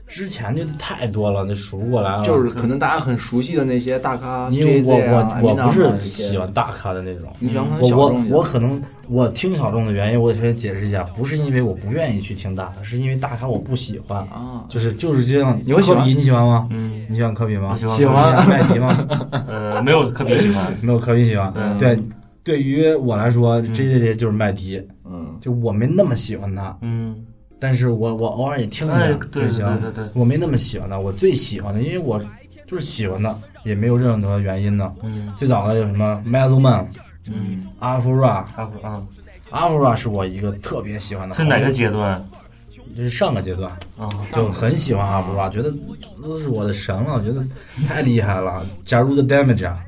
Speaker 4: 之前就太多了，那数不过来了。
Speaker 1: 就是可能大家很熟悉的那些大咖，
Speaker 4: 啊因为我
Speaker 1: JZ 啊
Speaker 4: 我我
Speaker 1: Eminem
Speaker 4: 不
Speaker 1: 啊
Speaker 4: 是
Speaker 1: 这些
Speaker 4: 喜欢大咖的那种，
Speaker 1: 你喜
Speaker 3: 啊
Speaker 1: 欢
Speaker 4: 我
Speaker 1: 小
Speaker 4: 我
Speaker 1: 众一点
Speaker 4: 我可能我听小众的原因，我先解释一下，不是因为我不愿意去听大咖，是因为大咖我不喜欢
Speaker 1: 啊
Speaker 4: 就是就是这样。
Speaker 1: 你会喜欢
Speaker 4: 科比，你喜欢吗？
Speaker 3: 嗯
Speaker 4: 你喜欢科比吗？
Speaker 3: 我喜欢
Speaker 1: 喜欢
Speaker 4: 你喜麦迪吗？
Speaker 3: 呃，没有特别喜欢。
Speaker 4: 没有科比喜欢。
Speaker 1: 嗯
Speaker 4: 对，对于我来说，
Speaker 3: 嗯
Speaker 4: 这这这就是麦迪，
Speaker 1: 嗯，
Speaker 4: 就我没那么喜欢他，
Speaker 3: 嗯，
Speaker 4: 但是我我偶尔也听
Speaker 3: 哎
Speaker 4: 听
Speaker 3: 对
Speaker 4: 就行。
Speaker 3: 对对对对
Speaker 4: 我没那么喜欢他，我最喜欢的，因为我就是喜欢他，也没有任何原因呢。
Speaker 3: 嗯
Speaker 4: 最早的有什么 Metal Man、
Speaker 3: 嗯，
Speaker 4: Afro、
Speaker 3: 差不多啊。
Speaker 4: Afro 是我一个特别喜欢的，
Speaker 3: 是哪个？阶段
Speaker 4: 就是上个阶段，
Speaker 3: 啊？
Speaker 4: 就很喜欢 Afro，觉得都是我的神了，我觉得太厉害了。假如 The Damage，啊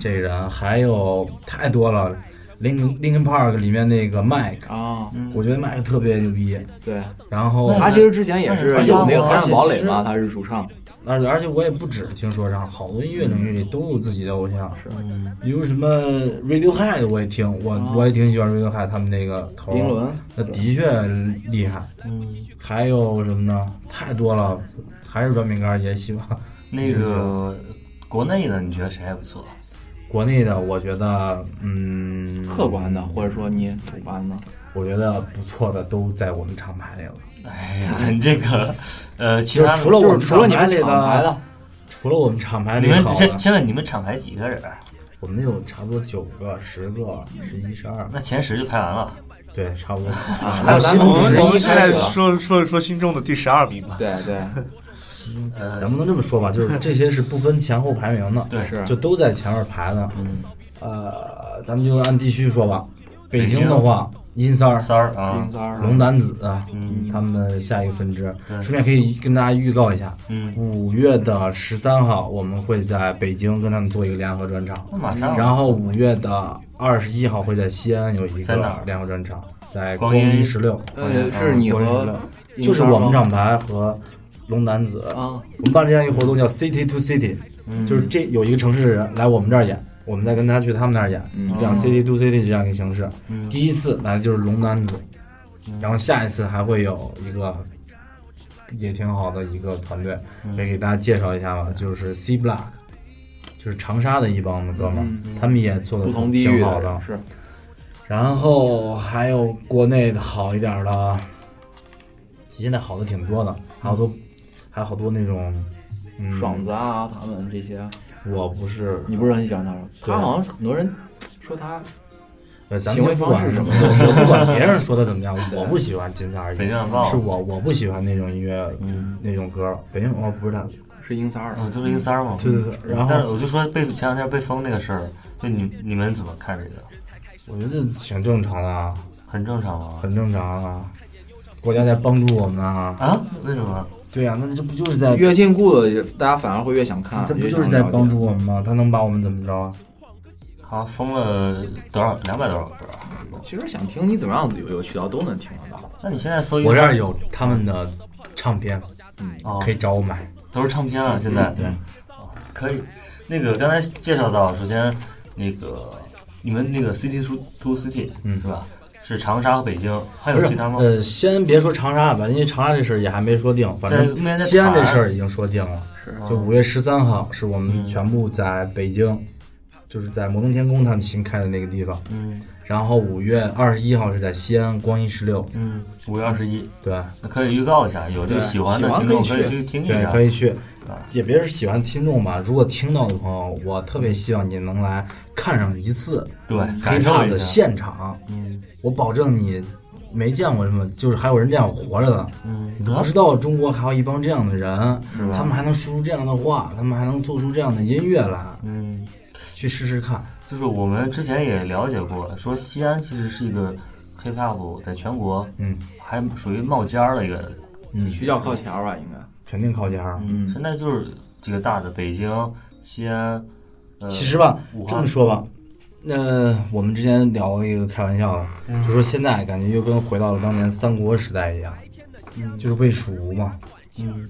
Speaker 4: 这个人还有太多了。林林肯 Park 里面那个 Mike，
Speaker 1: 啊，
Speaker 4: 我觉得 Mike 特别牛逼。
Speaker 1: 对，
Speaker 4: 然后
Speaker 1: 他其实之前也是
Speaker 4: 而且
Speaker 1: 有那个
Speaker 4: 我
Speaker 1: 黑暗堡
Speaker 4: 而且
Speaker 1: 垒
Speaker 4: 其实
Speaker 1: 嘛，他是主唱，
Speaker 4: 而且而且我也不只听说唱，好多音乐领域里都有自己的偶像，是，比如什么 Radiohead 我也听，我、我也挺喜欢 Radiohead 他们那个头儿，
Speaker 1: 英伦
Speaker 4: 那的确厉害。
Speaker 3: 嗯，
Speaker 4: 还有什么呢？太多了，还是软饼干也喜欢。
Speaker 3: 那个国内的你觉得谁还不错？
Speaker 4: 国内的我觉得，嗯，
Speaker 1: 客观的，或者说你主观的，
Speaker 4: 我觉得不错的都在我们厂牌里了，
Speaker 3: 哎呀，你这个，呃，其
Speaker 4: 就
Speaker 3: 他
Speaker 4: 是除了
Speaker 1: 就
Speaker 4: 我
Speaker 1: 是
Speaker 4: 们
Speaker 1: 除了你们
Speaker 4: 厂
Speaker 1: 厂
Speaker 4: 牌
Speaker 1: 牌
Speaker 4: 里的，
Speaker 1: 的，
Speaker 4: 除了我们厂牌
Speaker 3: 你
Speaker 4: 里
Speaker 3: 们
Speaker 4: 好的
Speaker 3: 现，现在你们厂牌几个人啊？
Speaker 4: 我们有差不多九个、十个、十一、十二，
Speaker 3: 那前十就排完了。
Speaker 4: 对，差不多。
Speaker 1: 啊那咱们
Speaker 5: 我们我
Speaker 1: 十
Speaker 5: 们
Speaker 1: 一
Speaker 5: 现
Speaker 1: 开
Speaker 5: 在
Speaker 1: 始嗯吧，
Speaker 5: 说说说心中的第十二名吧。
Speaker 1: 对对，
Speaker 3: 呃
Speaker 4: 咱不能这么说吧，就 是这些是不分前后排名的，
Speaker 3: 对，
Speaker 1: 是
Speaker 4: 就都在前面排的。嗯，呃，咱们就按地区说吧。北京的话，阴三儿、
Speaker 3: 三儿啊
Speaker 1: 零，三儿
Speaker 4: 嗯龙丹子，啊
Speaker 3: 嗯
Speaker 4: 他们的下一个分支。
Speaker 3: 对
Speaker 4: 顺便可以跟大家预告一下，
Speaker 3: 嗯
Speaker 4: 五月的十三号，我们会在北京跟他们做一个联合专场。
Speaker 3: 那马上
Speaker 4: 然后五月的二十一号会在西安有一
Speaker 3: 在哪
Speaker 4: 个
Speaker 3: 儿
Speaker 4: 联合专场，在
Speaker 3: 光
Speaker 4: 光
Speaker 3: 阴
Speaker 4: 阴十六。
Speaker 1: 呃，是你
Speaker 4: 光阴
Speaker 1: 和
Speaker 4: 16
Speaker 1: 零
Speaker 4: 嗯就是
Speaker 1: 三儿
Speaker 4: 我们
Speaker 1: 吗
Speaker 4: 厂牌和龙丹子
Speaker 1: 啊
Speaker 4: 我们办这样一个活动叫 City to City，、就是
Speaker 1: 嗯
Speaker 4: 这有一个城市的人来我们这儿演，我们再跟他去他们那儿演，
Speaker 1: 嗯
Speaker 4: 这
Speaker 1: 哦
Speaker 4: 样 City to City 这样一个形式。第一次来的就是龙丹子，
Speaker 1: 嗯
Speaker 4: 然后下一次还会有一个也挺好的一个团队，
Speaker 1: 嗯
Speaker 4: 也给大家介绍一下吧，就是 C Block，就是长沙的一帮子哥们儿，他们也做的
Speaker 1: 嗯不同地域
Speaker 4: 挺好的
Speaker 1: 的，是
Speaker 4: 然后还有国内的好一点的，现在好的挺多的，还有都还有好多那种，嗯，
Speaker 1: 爽子啊，他们这些，
Speaker 4: 我不是，
Speaker 1: 你不是很喜欢他吗？
Speaker 4: 对
Speaker 1: 他好像很多人说他
Speaker 4: 呃咱
Speaker 1: 行
Speaker 4: 们
Speaker 1: 为
Speaker 4: 就不
Speaker 1: 方式
Speaker 4: 管
Speaker 1: 什么
Speaker 4: 我
Speaker 1: 的，
Speaker 4: 我不管别人说的怎么 样，我不喜欢仅此而已。
Speaker 3: 北京晚报
Speaker 4: 是我我不喜欢那种音乐，
Speaker 1: 嗯
Speaker 4: 那种歌。北京晚报不是他，嗯
Speaker 1: 是英三儿
Speaker 3: 嗯，就是一个三儿嘛。
Speaker 4: 对对对。然
Speaker 3: 但是
Speaker 4: 后
Speaker 3: 我就说被前两天被封那个事儿，就你你们怎么看这个？
Speaker 4: 我觉得挺正常的啊，
Speaker 3: 很正常啊。
Speaker 4: 很正常啊，国家在帮助我们啊。
Speaker 3: 啊？为什么？
Speaker 4: 对呀、那这不就是在
Speaker 1: 越禁锢的，大家反而会越想看，
Speaker 4: 这不
Speaker 1: 越
Speaker 4: 就是
Speaker 1: 想
Speaker 4: 在
Speaker 1: 了解
Speaker 4: 帮助我们吗？他能把我们怎么着啊？
Speaker 3: 好像封了多少两百多少歌啊？
Speaker 1: 其实想听你怎么样有有渠道都能听得到。
Speaker 3: 那你现在搜一下
Speaker 4: 我这儿有他们的唱片，
Speaker 1: 嗯
Speaker 3: 哦
Speaker 4: 可以嗯找我买。
Speaker 3: 都是唱片了，现在对，哦可以。那个刚才介绍到，首先那个你们那个 City to to City
Speaker 4: 嗯
Speaker 3: 是吧？是长沙和北京，还
Speaker 4: 不
Speaker 3: 有
Speaker 4: 是
Speaker 3: 其他吗？
Speaker 4: 呃，先别说长沙了吧，因为长沙这事儿也还没说定，反
Speaker 3: 对没得
Speaker 4: 正西安这
Speaker 3: 谈
Speaker 4: 事儿已经说定了。
Speaker 1: 是
Speaker 4: 就五月十三号是我
Speaker 3: 嗯
Speaker 4: 们全部在北京，就是在摩登天空他们新开的那个地方。
Speaker 3: 嗯
Speaker 4: 然后五月二十一号是在西安光一十六，
Speaker 3: 嗯，五月二十一，
Speaker 4: 对
Speaker 3: 那可以预告一下，有这个
Speaker 1: 对
Speaker 3: 喜欢的
Speaker 1: 喜欢
Speaker 3: 听众
Speaker 1: 可
Speaker 3: 可
Speaker 1: 以
Speaker 3: 以
Speaker 1: 去
Speaker 3: 去听一
Speaker 4: 对，
Speaker 3: 下，
Speaker 4: 可以去
Speaker 3: 啊。
Speaker 4: 也别是喜欢听众吧，如果听到的朋友，我特别希望你能来看上一次
Speaker 3: 对
Speaker 4: h
Speaker 3: 感
Speaker 4: i
Speaker 3: 受一
Speaker 4: 的
Speaker 3: 下。
Speaker 4: 现场，
Speaker 3: 嗯
Speaker 4: 我保证你没见过这么，就是还有人这样活着的。
Speaker 3: 嗯，
Speaker 4: 你都不知道中国还有一帮这样的人，
Speaker 3: 吧
Speaker 4: 他们还能说出这样的话，他们还能做出这样的音乐来，
Speaker 3: 嗯。
Speaker 4: 去试试看。
Speaker 3: 就是我们之前也了解过，说西安其实是一个 hip hop 在全国
Speaker 4: 嗯
Speaker 3: 还属于冒尖儿的一个，
Speaker 4: 嗯，
Speaker 1: 比较靠前儿吧，应该。
Speaker 4: 肯定靠前儿。
Speaker 1: 嗯
Speaker 3: 现在就是几个大的，北京、西安。呃、
Speaker 4: 其实吧
Speaker 3: 武，汉
Speaker 4: 这么说吧，那我们之前聊一个开玩笑
Speaker 3: 嗯
Speaker 4: 的，就说现在感觉又跟回到了当年三国时代一样，就是魏蜀吴嘛。
Speaker 3: 嗯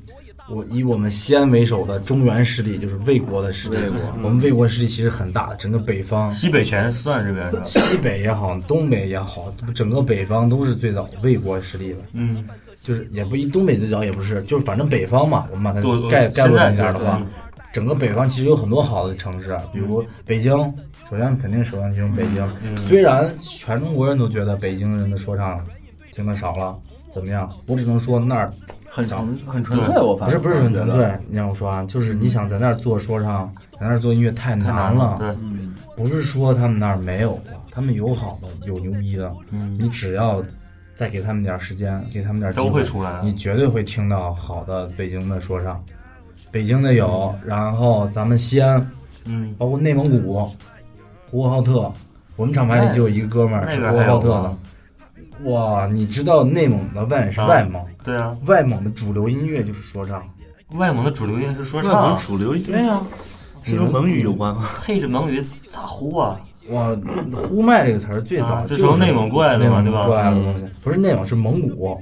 Speaker 4: 我以我们西安为首的中原势力，就是魏国的势力。
Speaker 1: 魏国
Speaker 3: 嗯
Speaker 4: 我们魏国势力其实很大的，整个北方、
Speaker 3: 西北全算这边是吧？
Speaker 4: 西北也好，东北也好，整个北方都是最早魏国势力的。
Speaker 3: 嗯，
Speaker 4: 就是也不一东北最早也不是，就是反正北方嘛，我们把它
Speaker 3: 对
Speaker 4: 概
Speaker 3: 对
Speaker 4: 概论一下的
Speaker 3: 现在
Speaker 4: 话
Speaker 3: 就是，
Speaker 4: 整个北方其实有很多好的城市，啊比如北京，首先肯定首当其冲北京。虽然全中国人都觉得北京人的说唱听的少了，怎么样？我只能说那儿
Speaker 1: 很纯很纯粹，我反
Speaker 4: 不是
Speaker 1: 正
Speaker 4: 不是很纯
Speaker 1: 觉
Speaker 4: 粹
Speaker 1: 得。。
Speaker 4: 你让我说啊，就是你想在那儿做说唱，在那儿做音乐太
Speaker 3: 太
Speaker 4: 难
Speaker 3: 难
Speaker 4: 了。
Speaker 3: 对，
Speaker 1: 嗯，
Speaker 4: 不是说他们那儿没有了，他们有好的，有牛逼的，
Speaker 3: 嗯
Speaker 4: 你只要再给他们点儿时间，给他们点儿机
Speaker 3: 都
Speaker 4: 会
Speaker 3: 会出来的
Speaker 4: 你绝对会听到好的北京的说唱，北京的有，然后咱们西安，
Speaker 3: 嗯，
Speaker 4: 包括内蒙古，呼和浩特，我们厂牌里就有一个哥们儿
Speaker 3: 那
Speaker 4: 是
Speaker 3: 边
Speaker 4: 呼和
Speaker 3: 还
Speaker 4: 浩
Speaker 3: 有
Speaker 4: 特
Speaker 3: 吗
Speaker 4: 的，哇，你知道内蒙的外是
Speaker 3: 啊
Speaker 4: 外蒙，
Speaker 3: 对啊，
Speaker 4: 外蒙的主流音乐就是说唱，
Speaker 3: 外蒙的主流音乐是说
Speaker 1: 啊
Speaker 5: 外
Speaker 3: 唱，
Speaker 5: 蒙主流对呀，是跟蒙语有关
Speaker 1: 嗯
Speaker 5: 吗？
Speaker 3: 配着蒙语咋呼啊？
Speaker 4: 哇，呼麦这个词儿最早
Speaker 3: 啊
Speaker 4: 就
Speaker 3: 这从
Speaker 4: 是
Speaker 3: 内蒙过来的
Speaker 4: 内
Speaker 3: 嘛
Speaker 4: 蒙
Speaker 3: 对吧
Speaker 4: 过来的东西，不是内蒙是蒙古，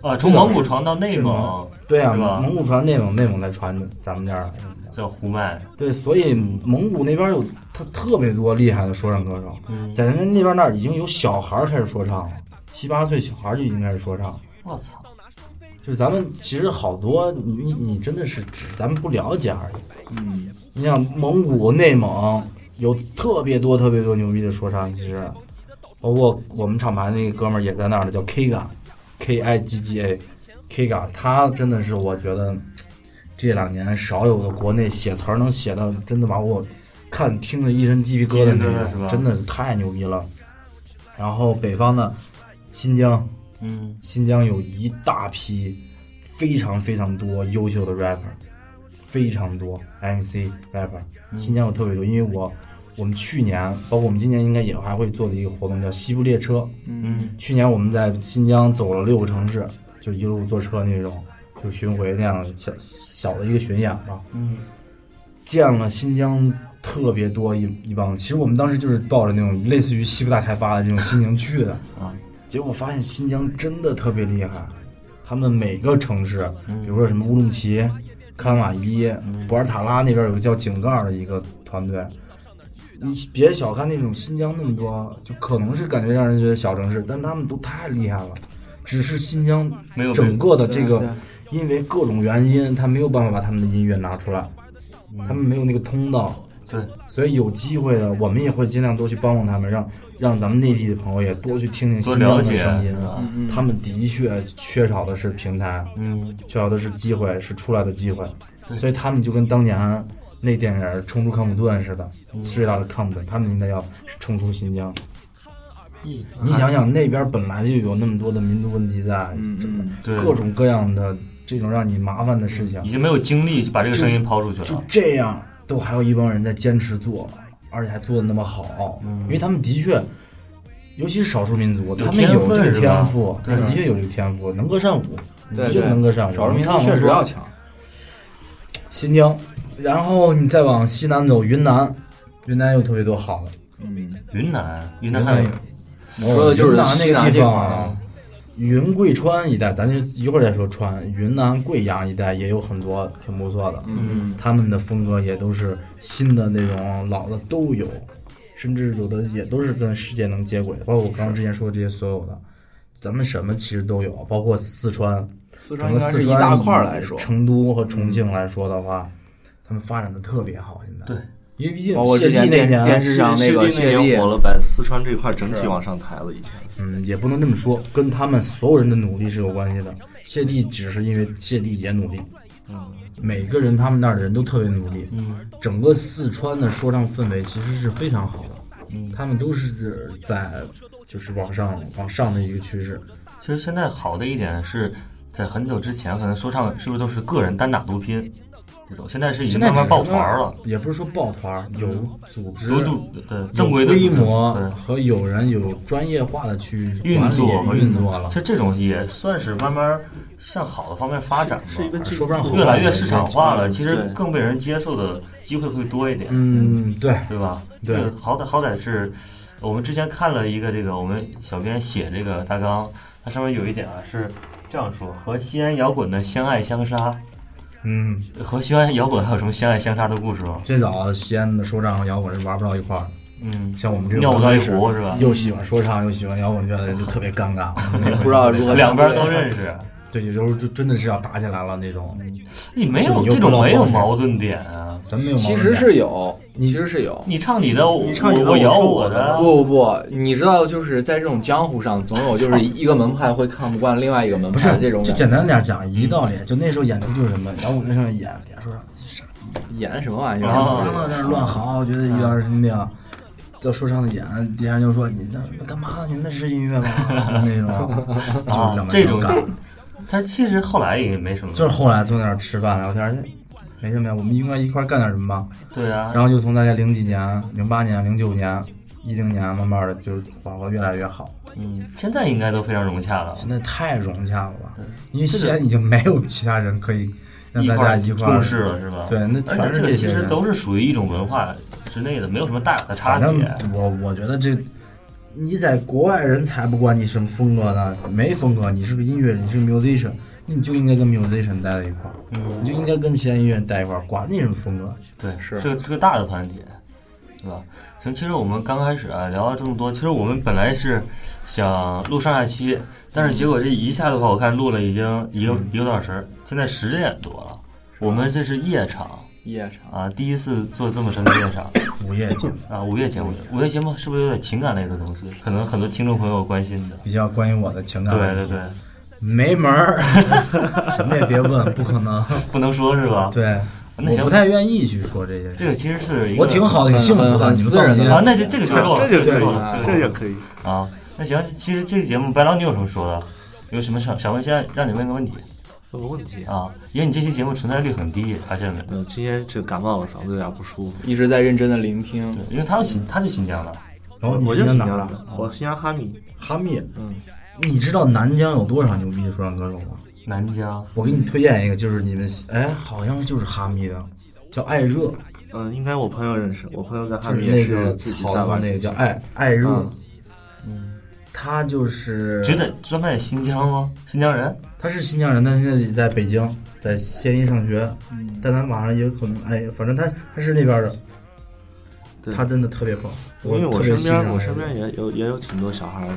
Speaker 3: 啊，从蒙古传到内
Speaker 4: 是
Speaker 3: 蒙
Speaker 4: 吗，对啊，
Speaker 3: 是吧
Speaker 4: 蒙古传内蒙，内蒙再传咱们这儿来。
Speaker 3: 叫呼麦，
Speaker 4: 对，所以蒙古那边有特特别多厉害的说唱歌手，在人家那边那儿已经有小孩儿开始说唱了，七八岁小孩儿就已经开始说唱。
Speaker 3: 我操，
Speaker 4: 就是咱们其实好多你你你真的是只是咱们不了解而已。
Speaker 1: 嗯，
Speaker 4: 你想蒙古、内蒙有特别多特别多牛逼的说唱，其实包括我们厂牌那个哥们儿也在那儿的，叫 Kiga，K I G G A，Kiga，他真的是我觉得这两年少有的国内写词儿能写的，真的把我看听的一身鸡皮疙瘩
Speaker 3: 鸡皮疙瘩
Speaker 4: 那
Speaker 3: 是吧
Speaker 4: 种，真的是太牛逼了。然后北方的新疆，
Speaker 3: 嗯
Speaker 4: 新疆有一大批非常非常多优秀的 rapper，非常多 MC rapper，新疆有特别多。因为我我们去年，包括我们今年应该也还会做的一个活动叫西部列车。
Speaker 3: 嗯
Speaker 4: 去年我们在新疆走了六个城市，就一路坐车那种，就巡回那样的小小的一个巡演吧。
Speaker 3: 嗯，
Speaker 4: 见了新疆特别多一一帮，其实我们当时就是抱着那种类似于西部大开发的这种心情去的
Speaker 3: 啊。
Speaker 4: 结果发现新疆真的特别厉害，他们每个城市，
Speaker 3: 嗯
Speaker 4: 比如说什么乌鲁木齐、喀纳瓦伊、博尔塔拉那边有个叫井盖的一个团队。你别小看那种新疆那么多，就可能是感觉让人觉得小城市，但他们都太厉害了。只是新疆
Speaker 3: 没有被
Speaker 4: 整个的呃这
Speaker 1: 对
Speaker 4: 个
Speaker 1: 啊，
Speaker 4: 因为各种原因，他没有办法把他们的音乐拿出来，
Speaker 3: 嗯
Speaker 4: 他们没有那个通道，
Speaker 3: 对，
Speaker 4: 所以有机会的，我们也会尽量多去帮帮他们，让让咱们内地的朋友也多去听听
Speaker 3: 多
Speaker 4: 新疆
Speaker 3: 了
Speaker 4: 的
Speaker 3: 解
Speaker 4: 声音啊
Speaker 3: 是吧
Speaker 1: 嗯嗯
Speaker 4: 他们的确缺少的是平台，
Speaker 3: 嗯，
Speaker 4: 缺少的是机会，是出来的机会，
Speaker 3: 对
Speaker 4: 所以他们就跟当年那电影《冲出康普顿》似的，
Speaker 3: 嗯
Speaker 4: 最大的康普顿，他们应该要冲出新
Speaker 3: 啊
Speaker 4: 疆。
Speaker 3: 意思
Speaker 4: 你想想，那边本来就有那么多的民族问题在，
Speaker 1: 嗯嗯，
Speaker 3: 对，
Speaker 4: 各种各样的这种让你麻烦的事情
Speaker 3: 已，经没有精力把这个声音抛
Speaker 1: 嗯
Speaker 3: 出去
Speaker 4: 就
Speaker 3: 了。
Speaker 4: 这样，都还有一帮人在坚持做，而且还做的那么好，
Speaker 1: 嗯
Speaker 4: 因为他们的确，尤其是少数民族，
Speaker 3: 有
Speaker 4: 他们
Speaker 3: 天分
Speaker 4: 有这个
Speaker 3: 是吧
Speaker 4: 天赋，他
Speaker 3: 对
Speaker 4: 们的确有这个天赋，能歌善舞，的
Speaker 1: 对
Speaker 4: 确
Speaker 1: 对，
Speaker 4: 能歌善舞。
Speaker 1: 少数民族
Speaker 4: 我们
Speaker 1: 确实
Speaker 4: 唱
Speaker 1: 要
Speaker 4: 过说
Speaker 1: 强，
Speaker 4: 新疆，然后你再往西南走，云南，云南有特别多好的，
Speaker 1: 嗯，
Speaker 3: 云南，云南
Speaker 4: 云
Speaker 3: 还
Speaker 4: 南
Speaker 3: 有
Speaker 4: 有。哦
Speaker 1: 说的就是
Speaker 4: 云南那
Speaker 1: 西南
Speaker 4: 个地
Speaker 1: 这
Speaker 4: 方
Speaker 1: 块儿
Speaker 4: 啊，云贵川一带，咱就一会儿再说川。云南贵阳一带也有很多挺不错的，
Speaker 1: 嗯，
Speaker 4: 他们的风格也都是新的那种，老的都有，甚至有的也都是跟世界能接轨的，包括我刚刚之前说的这些所有的，咱们什么其实都有，包括四川，
Speaker 1: 四川
Speaker 4: 整
Speaker 1: 应
Speaker 4: 个
Speaker 1: 该
Speaker 4: 四
Speaker 1: 是一
Speaker 4: 川
Speaker 1: 大块儿来说，嗯
Speaker 4: 成都和重庆来说的话，他们发展的特别好，现在
Speaker 3: 对，
Speaker 4: 因为毕竟
Speaker 1: 包括
Speaker 4: 谢
Speaker 1: 之前
Speaker 4: 帝那
Speaker 1: 电电
Speaker 4: 年，
Speaker 1: 视上那
Speaker 5: 谢
Speaker 1: 个
Speaker 5: 帝
Speaker 1: 谢
Speaker 5: 那
Speaker 1: 帝
Speaker 5: 年火了，把四川这块整
Speaker 1: 是啊
Speaker 5: 体往上抬 了一下。
Speaker 4: 嗯，也不能这么说，跟他们所有人的努力是有关系的。谢帝只是因为谢帝也努力，
Speaker 5: 嗯，
Speaker 4: 每个人他们那儿的人都特别努力，
Speaker 3: 嗯，
Speaker 4: 整个四川的说唱氛围其实是非常好的，
Speaker 3: 嗯
Speaker 4: 他们都是在就是往上往上的一个趋势，
Speaker 3: 其实现在好的一点是在很久之前，可能说唱是不是都是个人单打独拼这种，现在是已经
Speaker 4: 现在
Speaker 3: 慢慢
Speaker 4: 只
Speaker 3: 抱
Speaker 4: 是
Speaker 3: 团儿了，
Speaker 4: 也不是说抱团儿，有组织、
Speaker 3: 有主对嗯正规
Speaker 4: 有
Speaker 3: 的
Speaker 4: 规
Speaker 3: 组织
Speaker 4: 模
Speaker 3: 对
Speaker 4: 和有人有专业化的去
Speaker 3: 运
Speaker 4: 管理
Speaker 3: 作和
Speaker 4: 运作了
Speaker 3: 其。实这种也算是慢慢向好的方面发展吧，
Speaker 5: 是一个进
Speaker 4: 说不上
Speaker 5: 步
Speaker 4: 好
Speaker 3: 越来越市场化了，其实
Speaker 5: 对
Speaker 3: 更被人接受的机会会多一点，
Speaker 4: 嗯，对，
Speaker 3: 对吧？
Speaker 4: 对
Speaker 3: 这个好歹好歹是我们之前看了一个这个我们小编写这个大纲，它上面有一点啊是这样说：和西安摇滚的相爱相杀，
Speaker 4: 嗯，
Speaker 3: 和西安摇滚还有什么相爱相杀的故事吗？
Speaker 4: 最早西安的说唱和摇滚是玩不到一块儿的，
Speaker 3: 嗯，
Speaker 4: 像我们这种
Speaker 3: 尿不到一
Speaker 4: 是
Speaker 3: 壶是吧？
Speaker 4: 又喜欢说唱又喜欢摇滚乐的人就特别尴尬，
Speaker 1: 不知道如何
Speaker 3: 两边都
Speaker 1: 是。
Speaker 3: 认识，
Speaker 4: 对，有时候就真的是要打起来了那种。
Speaker 3: 你没
Speaker 4: 就
Speaker 3: 有
Speaker 4: 你又
Speaker 3: 这
Speaker 4: 不
Speaker 3: 种
Speaker 4: 知道
Speaker 3: 没有
Speaker 4: 往哪
Speaker 3: 矛盾点啊。
Speaker 4: 咱们没有矛
Speaker 1: 其
Speaker 4: 盾
Speaker 1: 实
Speaker 4: 点
Speaker 1: 是有，其实是有。
Speaker 3: 你唱你的，我
Speaker 5: 你唱你的
Speaker 3: 我
Speaker 5: 我
Speaker 3: 摇
Speaker 5: 说
Speaker 3: 我
Speaker 5: 我
Speaker 3: 的，啊
Speaker 1: 不不不，你知道，就是在这种江湖上，总有就是一个门派会看不惯另外一个门
Speaker 4: 不
Speaker 1: 派
Speaker 4: 是
Speaker 1: 的这种
Speaker 4: 就
Speaker 1: 感
Speaker 4: 简
Speaker 1: 觉。
Speaker 4: 单点讲，一个道理，就那时候演出就是什么，摇滚在上面演，别说唱，
Speaker 1: 演什么玩意
Speaker 3: 啊
Speaker 1: 儿？
Speaker 4: 不要在那乱嚎，我觉得一点儿兄弟啊，就说唱的演，别人就说你那干嘛？你那是音乐吗？那种，就是
Speaker 3: 啊
Speaker 4: 两，
Speaker 3: 这
Speaker 4: 边
Speaker 3: 种
Speaker 4: 干，，
Speaker 3: 他其实后来也没什么，
Speaker 4: 就是后来坐那儿吃饭聊天儿，没什么呀，我们应该一块儿干点什么吧。
Speaker 3: 对啊，
Speaker 4: 然后就从大概零几年、零八年、零九年、一零年，慢慢的就是缓和越来越好。
Speaker 3: 嗯，现在应该都非常融洽了，
Speaker 4: 现在太融洽了吧？因为西安已经没有其他人可以让
Speaker 3: 一
Speaker 4: 大
Speaker 3: 块
Speaker 4: 家
Speaker 3: 儿
Speaker 4: 一块儿
Speaker 3: 共事了是吧？
Speaker 4: 对那
Speaker 3: 而且
Speaker 4: 全是
Speaker 3: 这个
Speaker 4: 这
Speaker 3: 其
Speaker 4: 些
Speaker 3: 实
Speaker 4: 人
Speaker 3: 都是属于一种文化之内的，没有什么大的差
Speaker 4: 反正
Speaker 3: 别。
Speaker 4: 我我觉得这，你在国外人才不管你什么风格呢，没风格，你是个音乐人，你是个 musician，那你就应该跟 musician 待在一块儿，
Speaker 3: 嗯，
Speaker 4: 你就应该跟西安音乐人待一块儿，管你什么风格。
Speaker 3: 对，
Speaker 1: 是
Speaker 3: 是个是个大的团体，对吧？行，其实我们刚开始啊聊了这么多，其实我们本来是想录上下期，但是结果这一下的话，我看录了已经一
Speaker 4: 嗯
Speaker 3: 个、一个多小时，现在十点多了，我们这是夜场
Speaker 1: 夜场
Speaker 3: 啊，第一次做这么深的夜场。
Speaker 4: 午夜节目
Speaker 3: 啊，午夜节目，午夜节目是不是有点情感类的东西？可能很多听众朋友关心的。
Speaker 4: 比较关于我的情感，
Speaker 3: 对对，对，
Speaker 4: 没门 儿，什么也别问，不可能。
Speaker 3: 不能说是吧？，
Speaker 4: 对，
Speaker 3: 那
Speaker 4: 我
Speaker 3: 行
Speaker 4: 不太愿意去说这些
Speaker 3: 这
Speaker 4: 事，
Speaker 3: 个其实是一个
Speaker 4: 我挺好的，挺幸福
Speaker 1: 很
Speaker 4: 的，
Speaker 1: 很
Speaker 4: 你们
Speaker 1: 私人
Speaker 4: 放
Speaker 1: 的
Speaker 4: 心。
Speaker 3: 啊，那就这个就够了，
Speaker 5: 这就可
Speaker 3: 够
Speaker 5: 以，
Speaker 3: 了，
Speaker 5: 这就可以。
Speaker 3: 啊。那行，其实这个节目白狼你有什么说的？有什么想想问先让你问个问题
Speaker 5: 问个问题啊，
Speaker 3: 啊？因为你这期节目存在率很低，发现没？
Speaker 5: 嗯，今天这感冒了，嗓子有点不舒服。
Speaker 1: 一直在认真的聆听
Speaker 3: 对，，因为他是新，他是新疆的，
Speaker 4: 然后哦你
Speaker 5: 我就
Speaker 4: 今天
Speaker 5: 新
Speaker 4: 哪
Speaker 5: 疆
Speaker 4: 儿
Speaker 5: 的
Speaker 4: 的？，
Speaker 5: 我新疆哈密。
Speaker 4: 哈密，
Speaker 5: 嗯，
Speaker 4: 你知道南疆有多少牛逼的说唱歌手吗？
Speaker 3: 南疆。
Speaker 4: 我给你推荐一个，就是你们哎，好像就是哈密的，叫艾热，
Speaker 5: 嗯，应该我朋友认识，我朋友在哈
Speaker 4: 就是
Speaker 5: 密也
Speaker 4: 那
Speaker 5: 是
Speaker 4: 个
Speaker 5: 自己
Speaker 4: 草
Speaker 5: 在
Speaker 4: 字
Speaker 5: 玩
Speaker 4: 那个叫艾艾热
Speaker 5: 嗯，
Speaker 3: 嗯，
Speaker 4: 他就是
Speaker 3: 觉得专卖新疆吗？新疆人？
Speaker 4: 他是新疆人，但现在在北京，在仙一上学，
Speaker 5: 嗯
Speaker 4: 但他马上也有可能哎，反正他他是那边的，
Speaker 5: 对
Speaker 4: 他真的特别棒，
Speaker 5: 因为
Speaker 4: 我
Speaker 5: 我
Speaker 4: 特别
Speaker 5: 身
Speaker 4: 欣赏
Speaker 5: 边，我
Speaker 4: 艾热
Speaker 5: 身边也有也有挺多小孩儿，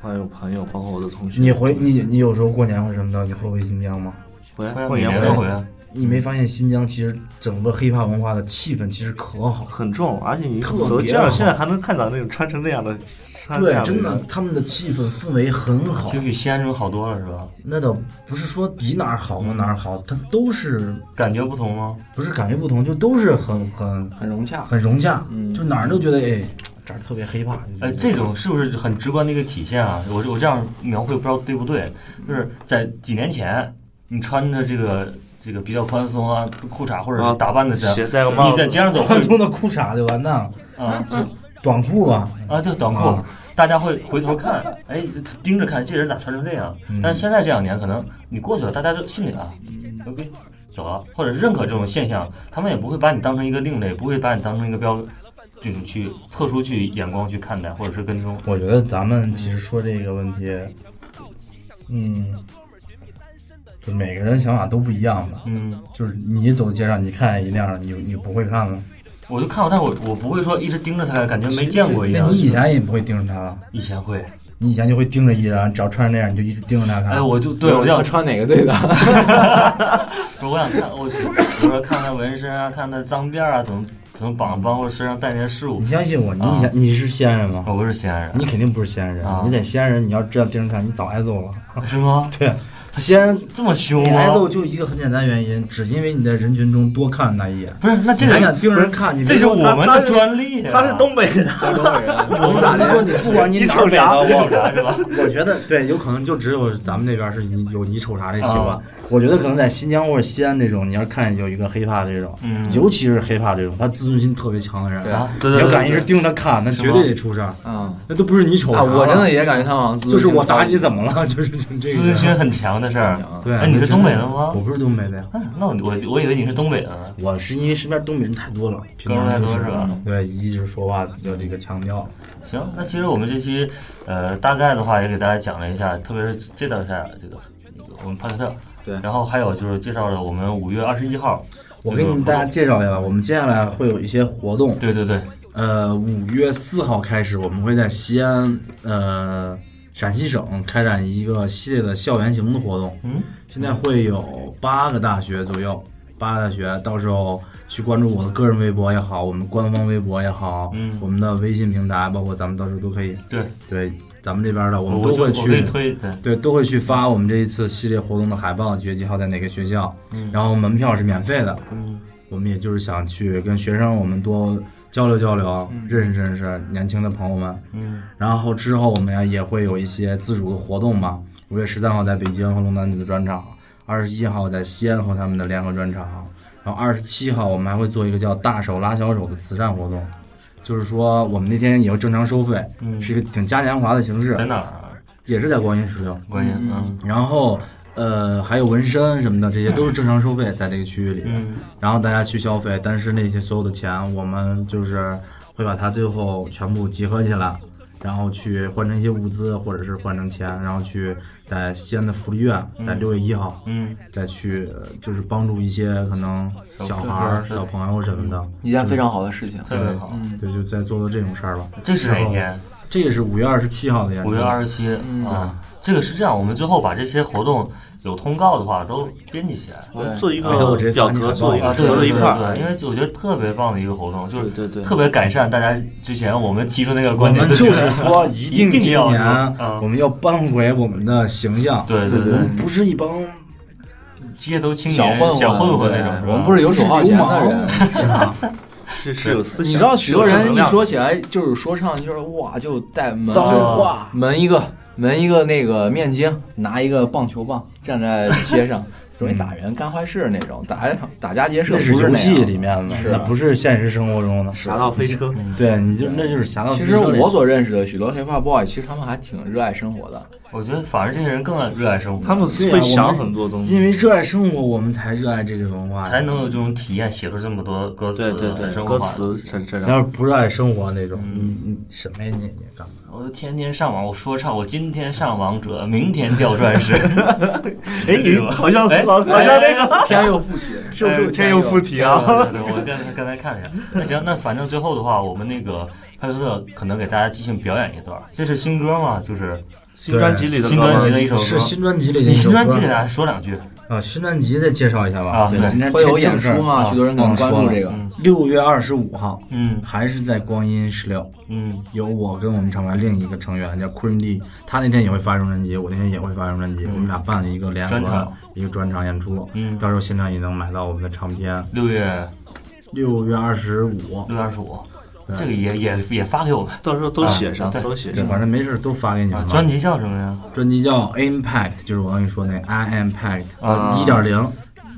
Speaker 5: 还有朋友，包括我的同学。
Speaker 4: 你回你你有时候过年或什么的，你会回新疆吗？
Speaker 5: 回来过
Speaker 3: 每
Speaker 5: 年
Speaker 3: 年
Speaker 5: 回
Speaker 3: 都
Speaker 5: 来
Speaker 3: 回啊。
Speaker 4: 你没发现新疆其实整个黑怕文化的气氛其实可好？
Speaker 5: 很重，而且你
Speaker 4: 特别
Speaker 5: 走街上
Speaker 4: 好
Speaker 5: 现在还能看到那种穿成那样的，穿成那
Speaker 4: 对，
Speaker 5: 样
Speaker 4: 真的
Speaker 5: 人，
Speaker 4: 他们的气氛氛围很好
Speaker 3: 其。实比西安这种好多了是吧？
Speaker 4: 那倒不是说比哪儿好或哪儿好，它都是
Speaker 3: 感觉不同吗？
Speaker 4: 不是感觉不同，就都是很很
Speaker 1: 很融洽。
Speaker 4: 很融洽，
Speaker 1: 嗯
Speaker 4: 就哪儿都觉得哎这儿特别黑怕。
Speaker 3: 哎，这种是不是很直观的一个体现啊？我我这样描绘不知道对不对？就是在几年前，你穿着这个这个比较宽松啊裤衩，或者是打扮的这样，
Speaker 5: 鞋戴个帽子
Speaker 3: 你在街上走
Speaker 4: 宽
Speaker 3: 会
Speaker 4: 松的裤衩就完蛋了，
Speaker 3: 啊就
Speaker 4: 短裤吧，
Speaker 3: 啊，对短裤
Speaker 4: 啊，
Speaker 3: 大家会回头看，哎，就盯着看这人咋穿成这样？但是现在这两年，可能你过去了，大家就信你了，牛逼，走了，或者是认可这种现象，他们也不会把你当成一个另类，不会把你当成一个标，就是去特殊去眼光去看待，或者是跟踪。
Speaker 4: 我觉得咱们其实说这个问题，嗯，就每个人想法都不一样吧。
Speaker 3: 嗯，
Speaker 4: 就是你走街上，你看一辆，你你不会看吗？
Speaker 3: 我就看过，但是我我不会说一直盯着他，感觉没见过一
Speaker 4: 那
Speaker 3: 样。
Speaker 4: 你以前也不会盯着他了，
Speaker 3: 以前会，
Speaker 4: 你以前就会盯着艺人，只要穿成那样你就一直盯着他看。
Speaker 3: 哎，我就对我就
Speaker 6: 他
Speaker 3: 想
Speaker 6: 穿哪个队的？
Speaker 3: 不是，我想看，我去，比如说看看纹身啊， 看看脏辫儿啊，怎么怎么绑帮，或者身上带那些事物
Speaker 4: 你。相信我，你以前、你是西安人吗？
Speaker 3: 我不是西安人，
Speaker 4: 你肯定不是西安人，
Speaker 3: 哦啊
Speaker 4: 你在西安人，你要这样盯着看，你早挨 揍了。
Speaker 3: 是吗？
Speaker 4: 对，西安
Speaker 3: 这么凶啊
Speaker 4: 你
Speaker 3: 吗
Speaker 4: 挨？揍就一个很简单原因，只因为你在人群中多看了那一眼。
Speaker 3: 不是，那这
Speaker 4: 你还
Speaker 3: 个
Speaker 4: 敢盯着人看，你
Speaker 3: 这是我
Speaker 5: 他
Speaker 3: 们
Speaker 5: 他
Speaker 3: 的
Speaker 5: 是
Speaker 3: 专利啊。
Speaker 5: 他是东北人，
Speaker 4: 我们咋的说你不管你
Speaker 5: 你
Speaker 4: 哪
Speaker 5: 瞅
Speaker 4: 儿北
Speaker 5: 啥
Speaker 4: 的
Speaker 3: 你瞅
Speaker 4: 我
Speaker 3: 啥 是吧？
Speaker 4: 我觉得对，有可能就只有咱们那边是你有你瞅啥这习惯。啊我觉得可能在新疆或者西安这种，你要是看有一个黑怕这种，
Speaker 3: 嗯
Speaker 4: 尤其是黑怕这种，他自尊心特别强的人，
Speaker 1: 对
Speaker 3: 啊，
Speaker 4: 你要敢一直盯着看，那绝对得出事儿。
Speaker 1: 嗯
Speaker 4: 那都不是你瞅啥
Speaker 6: 啊，
Speaker 4: 了
Speaker 6: 我真的也感觉他们好像自
Speaker 4: 就是我打你
Speaker 6: 么？
Speaker 4: 怎么了？就是就这个。
Speaker 3: 自尊心很强的事儿。
Speaker 4: 对，
Speaker 3: 哎，你是
Speaker 4: 真
Speaker 3: 东北的吗
Speaker 4: 我？不是东北的呀，
Speaker 3: 嗯，那我我我以为你是东北的呢。
Speaker 4: 我是因为身边东北人太多了，
Speaker 3: 哥们儿太多
Speaker 4: 平常就是
Speaker 3: 吧？
Speaker 4: 对，一直说话有这个腔调。
Speaker 3: 行，那其实我们这期呃大概的话也给大家讲了一下，特别是这段赛这个那个我们帕特特，
Speaker 1: 对
Speaker 3: 然后还有就是介绍了我们五月二十一号，
Speaker 4: 我给你们大家介绍一下吧，我们接下来会有一些活动。
Speaker 3: 对对对，
Speaker 4: 呃，五月四号开始，我们会在西安，呃，陕西省开展一个系列的校园行的活动。
Speaker 3: 嗯，
Speaker 4: 现在会有八个大学左右，八个大学，到时候去关注我的个人微博也好，我们官方微博也好，
Speaker 3: 嗯
Speaker 4: 我们的微信平台，包括咱们到时候都可以，
Speaker 3: 对，
Speaker 4: 对，咱们这边的我
Speaker 3: 我
Speaker 4: 们
Speaker 3: 我
Speaker 4: 都
Speaker 3: 就
Speaker 4: 会
Speaker 3: 我给
Speaker 4: 去
Speaker 3: 你，推，对，
Speaker 4: 对，都会去发我们这一次系列活动的海报，几月几号在哪个学校，然后门票是免费的，
Speaker 3: 嗯，
Speaker 4: 我们也就是想去跟学生我们多交流交流，认识认识年轻的朋友们，
Speaker 3: 嗯，
Speaker 4: 然后之后我们呀也会有一些自主的活动嘛，五月十三号在北京和龙丹子的专场，二十一号在西安和他们的联合专场，然后二十七号我们还会做一个叫“大手拉小手”的慈善活动。就是说，我们那天也要正常收费，
Speaker 3: 嗯
Speaker 4: 是一个挺嘉年华的形式，
Speaker 3: 在哪儿啊？
Speaker 4: 也是在光阴石榴。
Speaker 3: 关键，嗯
Speaker 4: 然后呃，还有纹身什么的，这些都是正常收费，在这个区域里。
Speaker 3: 嗯
Speaker 4: 然后大家去消费，但是那些所有的钱，我们就是会把它最后全部集合起来，然后去换成一些物资，或者是换成钱，然后去在西安的福利院，在六月一号，
Speaker 3: 嗯，
Speaker 4: 再去呃就是帮助一些可能小孩儿、
Speaker 3: 对对
Speaker 4: 小朋友什么的。
Speaker 1: 一件非常好的事情。
Speaker 3: 特别好。
Speaker 1: 嗯，
Speaker 4: 对，就在做做这种事儿了。
Speaker 3: 这是哪一天？
Speaker 4: 这个是五月二十七号的演出，
Speaker 3: 五月二十七啊，这个是这样，我们最后把这些活动有通告的话都编辑起来。
Speaker 5: 我们做一
Speaker 4: 回头哎我
Speaker 5: 个
Speaker 4: 直接
Speaker 5: 表
Speaker 4: 发你海
Speaker 5: 格，
Speaker 4: 报
Speaker 5: 做一
Speaker 3: 啊，
Speaker 5: 个
Speaker 3: 对对
Speaker 5: 合到
Speaker 3: 对
Speaker 5: 一块
Speaker 3: 对，
Speaker 5: 儿。
Speaker 3: 因为我觉得特别棒的一个活动，就是
Speaker 5: 对对对
Speaker 3: 特别改善大家之前我们提出那个
Speaker 4: 我
Speaker 3: 观点，
Speaker 4: 们就是说，一定今
Speaker 3: 要
Speaker 4: 年
Speaker 3: 啊
Speaker 4: 我，们要扳回我们的形象，
Speaker 3: 对对对，
Speaker 4: 不是一帮
Speaker 3: 街头青
Speaker 1: 小
Speaker 3: 年、
Speaker 1: 混
Speaker 3: 小混混
Speaker 1: 混
Speaker 3: 那种，
Speaker 1: 对我们不是游手好闲的人。
Speaker 5: 是是有思想，
Speaker 1: 你知道，许多
Speaker 5: 是有
Speaker 1: 人
Speaker 5: 正能
Speaker 1: 一
Speaker 5: 量
Speaker 1: 说起来就是说唱，就是哇，就带门
Speaker 4: 脏啊
Speaker 1: 就
Speaker 4: 话。
Speaker 1: 门一个门一个那个面巾，拿一个棒球棒站在街上，容易打人、干坏事那种，打家打家劫舍
Speaker 4: 那
Speaker 1: 不
Speaker 4: 是
Speaker 1: 是
Speaker 4: 游
Speaker 1: 那
Speaker 4: 戏
Speaker 1: 样
Speaker 4: 里面的，
Speaker 1: 是啊
Speaker 4: 那不是现实生活中的。嗯
Speaker 5: 侠盗飞车，
Speaker 4: 对，你就那就是侠盗
Speaker 1: 其
Speaker 4: 飞
Speaker 1: 实
Speaker 4: 车里。
Speaker 1: 我所认识的许多 hiphop boy，其实他们还挺热爱生活的。
Speaker 3: 我觉得反而这些人更爱热爱生活，
Speaker 5: 他们
Speaker 4: 对啊
Speaker 5: 会想
Speaker 4: 我们
Speaker 5: 很多东西
Speaker 4: 因。为热爱生活，我们才热爱这个文化。
Speaker 3: 才能有这种体验，写出这么多歌词，
Speaker 5: 对对对
Speaker 3: 很，生活
Speaker 5: 歌
Speaker 3: 化。
Speaker 5: 词这这
Speaker 4: 要
Speaker 5: 样。
Speaker 4: 是不热爱生活那种，你你什么呀？你你干嘛？
Speaker 3: 我就天天上网，我说唱，我今天上王者，明天掉 钻石。
Speaker 5: 哎，你好像
Speaker 3: 哎
Speaker 5: 好好像那个
Speaker 1: 天 佑附体，是
Speaker 5: 哎天佑附体啊！
Speaker 3: 对对，对我刚才刚才看了一下。那行，那反正最后的话，我们那个派特特可能给大家即兴表演一段，这是新歌嘛，就是
Speaker 5: 新专辑里的
Speaker 3: 新
Speaker 5: 歌
Speaker 3: 专辑
Speaker 5: 吗
Speaker 3: 的一首歌。
Speaker 4: 是新专辑里的
Speaker 3: 你
Speaker 4: 一首
Speaker 3: 新
Speaker 4: 歌
Speaker 3: 专辑给大家说两句。
Speaker 4: 啊，新专辑再介绍一下吧。
Speaker 3: 啊对
Speaker 4: 今天
Speaker 1: 会有演
Speaker 4: 正事儿
Speaker 1: 出吗？
Speaker 4: 啊
Speaker 1: 许多人可能关注这个
Speaker 3: 嗯。
Speaker 4: 六月二十五号，
Speaker 3: 嗯
Speaker 4: 还是在光阴十六，
Speaker 3: 嗯
Speaker 4: 有我跟我们厂牌另一个成员叫 Queen D，他那天也会发一张专辑，我那天也会发一张专辑，我们俩办了一个联合
Speaker 3: 嗯专场
Speaker 4: 的一个专场演出，
Speaker 3: 嗯
Speaker 4: 到时候现场也能买到我们的唱片。
Speaker 3: 六月
Speaker 4: 六月二十五，
Speaker 3: 六月二十五，这个也也也发给我们。
Speaker 5: 到时候都写上
Speaker 3: 啊，对
Speaker 5: 都写
Speaker 4: 对，
Speaker 5: 上。
Speaker 4: 反正没事儿都发给你们吧。
Speaker 3: 啊专辑叫什么呀？
Speaker 4: 专辑叫 Impact，就是我刚跟你说那 I Impact
Speaker 3: 啊
Speaker 4: 一点零，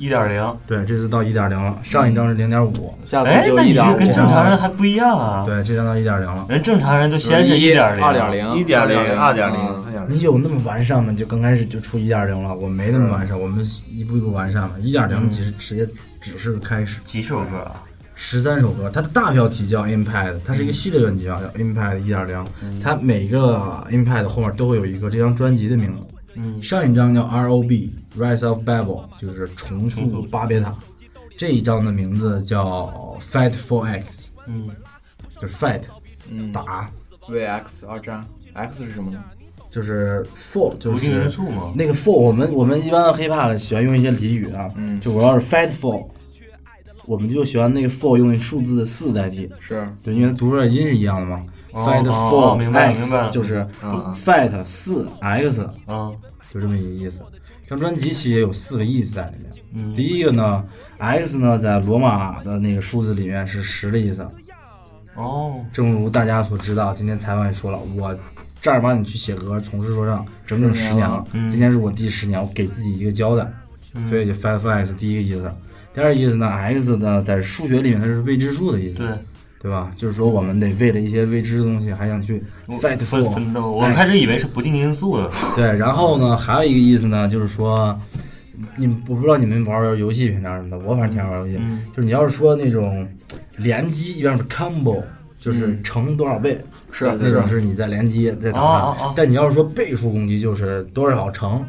Speaker 3: 一点零。
Speaker 4: 对，这次到一点零了，上一张是零点五，
Speaker 1: 下
Speaker 3: 哎
Speaker 1: 次，就
Speaker 3: 那
Speaker 1: 一
Speaker 3: 你这
Speaker 1: 点
Speaker 3: 个
Speaker 1: 五，
Speaker 3: 跟正常人还不一样啊！
Speaker 4: 对，这张到一点零了。
Speaker 3: 人正常人就先是
Speaker 1: 一
Speaker 3: 点零、
Speaker 1: 二点，零、
Speaker 5: 一点零、啊二点
Speaker 1: 嗯
Speaker 5: 零、三点零，
Speaker 4: 你有那么完善吗？就刚开始就出一点零了，我没那么完善，我们一步一步完善嘛。一点
Speaker 3: 嗯
Speaker 4: 零其实直接只是个开始，
Speaker 3: 几首歌啊？
Speaker 4: 十三首歌，它的大标题叫 Impact，
Speaker 3: 嗯
Speaker 4: 它是一个系列专辑啊，叫 Impact 一点零，它每个 Impact 后面都会有一个这张专辑的名字。
Speaker 3: 嗯
Speaker 4: 上一张叫 R O B Rise of Babel，就是重塑巴别塔。这这一章的名字叫 Fight for X，
Speaker 3: 嗯，
Speaker 4: 就是 fight
Speaker 1: 嗯
Speaker 4: 打，
Speaker 1: ，VX 二战 X 是什么呢？
Speaker 4: 就是 for 就
Speaker 3: 不定
Speaker 4: 是
Speaker 3: 人数嘛。
Speaker 4: 那个 for，我们我们一般 hiphop 喜欢用一些俚语啊，
Speaker 1: 嗯
Speaker 4: 就我要是 fight for，我们就喜欢那个 for 用数字四代替，
Speaker 1: 是
Speaker 4: 对，因为读出来音是一样的嘛。
Speaker 3: 哦
Speaker 4: fight
Speaker 3: 哦
Speaker 4: for
Speaker 3: 哦明白了明白
Speaker 4: x
Speaker 3: 了
Speaker 4: 就是
Speaker 5: 嗯
Speaker 4: fight 四 x，
Speaker 3: 啊，
Speaker 4: 就这么一个意思。这张专辑其实也有四个意思在里面。
Speaker 3: 嗯
Speaker 4: 第一个呢，x 呢在罗马的那个数字里面是十的意思。
Speaker 3: 哦，
Speaker 4: 正如大家所知道，今天采访也说了，我正儿八经去写歌，从事说唱整整十年了。
Speaker 3: 嗯
Speaker 4: 今天是我第十年，我给自己一个交代，
Speaker 3: 嗯
Speaker 4: 所以就 five x 第一个意思。第二个意思呢，x 呢在数学里面它是未知数的意思，
Speaker 3: 对，
Speaker 4: 对吧？就是说我们得为了一些未知的东西，还想去
Speaker 3: 我
Speaker 4: fight
Speaker 3: 奋
Speaker 4: for
Speaker 3: 奋斗。我开始以为是不定因素的，
Speaker 4: 对，然后呢，还有一个意思呢，就是说，你们我不知道你们玩儿游戏平常什么的，我反正挺爱玩儿游戏，
Speaker 3: 嗯
Speaker 4: 就是你要是说那种联机，一般是 combo，就是
Speaker 1: 嗯
Speaker 4: 乘多少倍，
Speaker 1: 是
Speaker 4: 那种
Speaker 1: 是
Speaker 4: 是你在联机在打它，
Speaker 3: 哦哦哦
Speaker 4: 但你要是说倍数攻击，就是多少乘。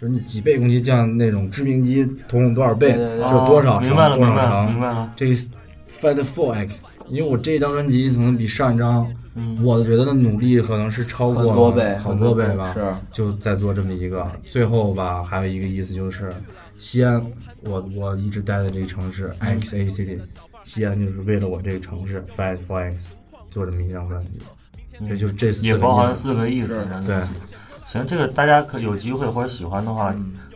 Speaker 4: 就是你几倍攻击，像那种致命击，统统多少倍，
Speaker 1: 对对对
Speaker 4: 就是多少
Speaker 3: 哦
Speaker 4: 乘
Speaker 3: 明白了，
Speaker 4: 多
Speaker 3: 明
Speaker 4: 少
Speaker 3: 白了，明
Speaker 4: 乘。
Speaker 3: 白了。
Speaker 4: 这个 Fight Four X，因为我这张专辑可能比上一张，
Speaker 3: 嗯
Speaker 4: 我觉得努力可能是超过
Speaker 1: 很多倍
Speaker 4: 好多倍吧。
Speaker 1: 是
Speaker 4: 就在做这么一个。最后吧，还有一个意思就是，西安，我我一直待的这个城市
Speaker 1: 嗯
Speaker 4: X A C D，西安就是为了我这个城市 Fight for X 做这么一张专辑，
Speaker 1: 嗯
Speaker 4: 这就是这四
Speaker 3: 也
Speaker 4: 个
Speaker 3: 包含
Speaker 4: 意
Speaker 3: 了
Speaker 4: 思。
Speaker 3: 四个意思
Speaker 1: 是。
Speaker 3: 然后
Speaker 4: 对，
Speaker 3: 行，这个大家可有机会或者喜欢的话，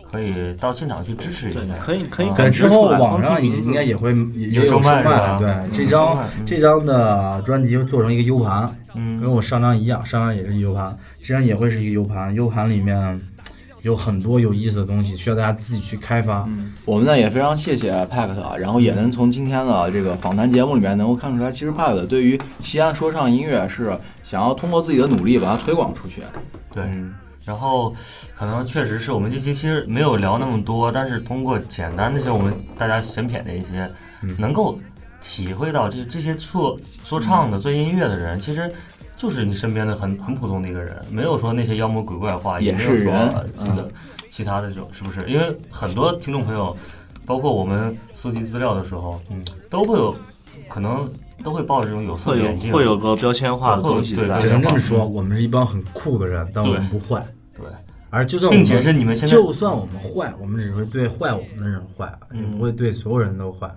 Speaker 3: 可以到现场去支持一
Speaker 5: 对
Speaker 3: 下。，
Speaker 5: 可以可以
Speaker 3: 啊
Speaker 4: 嗯
Speaker 5: 感
Speaker 4: 对，
Speaker 5: 觉
Speaker 4: 之
Speaker 5: 出
Speaker 4: 后
Speaker 5: 来
Speaker 4: 网上
Speaker 5: 光
Speaker 4: 也
Speaker 5: 听名字
Speaker 4: 应该也会也也
Speaker 3: 有售
Speaker 4: 售
Speaker 3: 卖是吧
Speaker 4: 对，
Speaker 3: 嗯
Speaker 4: 这
Speaker 3: 有售
Speaker 4: 张
Speaker 3: 卖嗯
Speaker 4: 这张的专辑做成一个 U 盘，跟
Speaker 3: 嗯
Speaker 4: 我上张一样，上张也是一 U 盘，这张也会是一个 U 盘。U 盘里面有很多有意思的东西，需要大家自己去开发。
Speaker 3: 嗯
Speaker 1: 我们呢也非常谢谢 Pact，啊然后也能从今天的这个访谈节目里面能够看出来，其实 Pact 对于西安说唱音乐是想要通过自己的努力把它推广出去。
Speaker 3: 对。然后，可能确实是我们这期其实没有聊那么多，但是通过简单的一些我们大家审片的一些，能够体会到这这些做说唱的、做音乐的人，其实就是你身边的很很普通的一个人，没有说那些妖魔鬼怪话，
Speaker 1: 也
Speaker 3: 没有
Speaker 1: 是
Speaker 3: 说
Speaker 1: 人
Speaker 3: 呃这个其他的这种，是不是？因为很多听众朋友，包括我们搜集资料的时候，嗯，都会有可能都会抱着这种有色
Speaker 5: 会
Speaker 3: 眼镜，
Speaker 5: 有会有个标签化的东西
Speaker 3: 会有
Speaker 5: 在
Speaker 3: 对，
Speaker 4: 只能这么说，我们是一帮很酷的人，但我们不
Speaker 3: 对
Speaker 4: 坏。
Speaker 3: 对。
Speaker 4: 而就算我们
Speaker 3: 并且是你们现在
Speaker 4: 就算我们坏，我们只会对坏我们的人坏，
Speaker 3: 嗯
Speaker 4: 也不会对所有人都坏，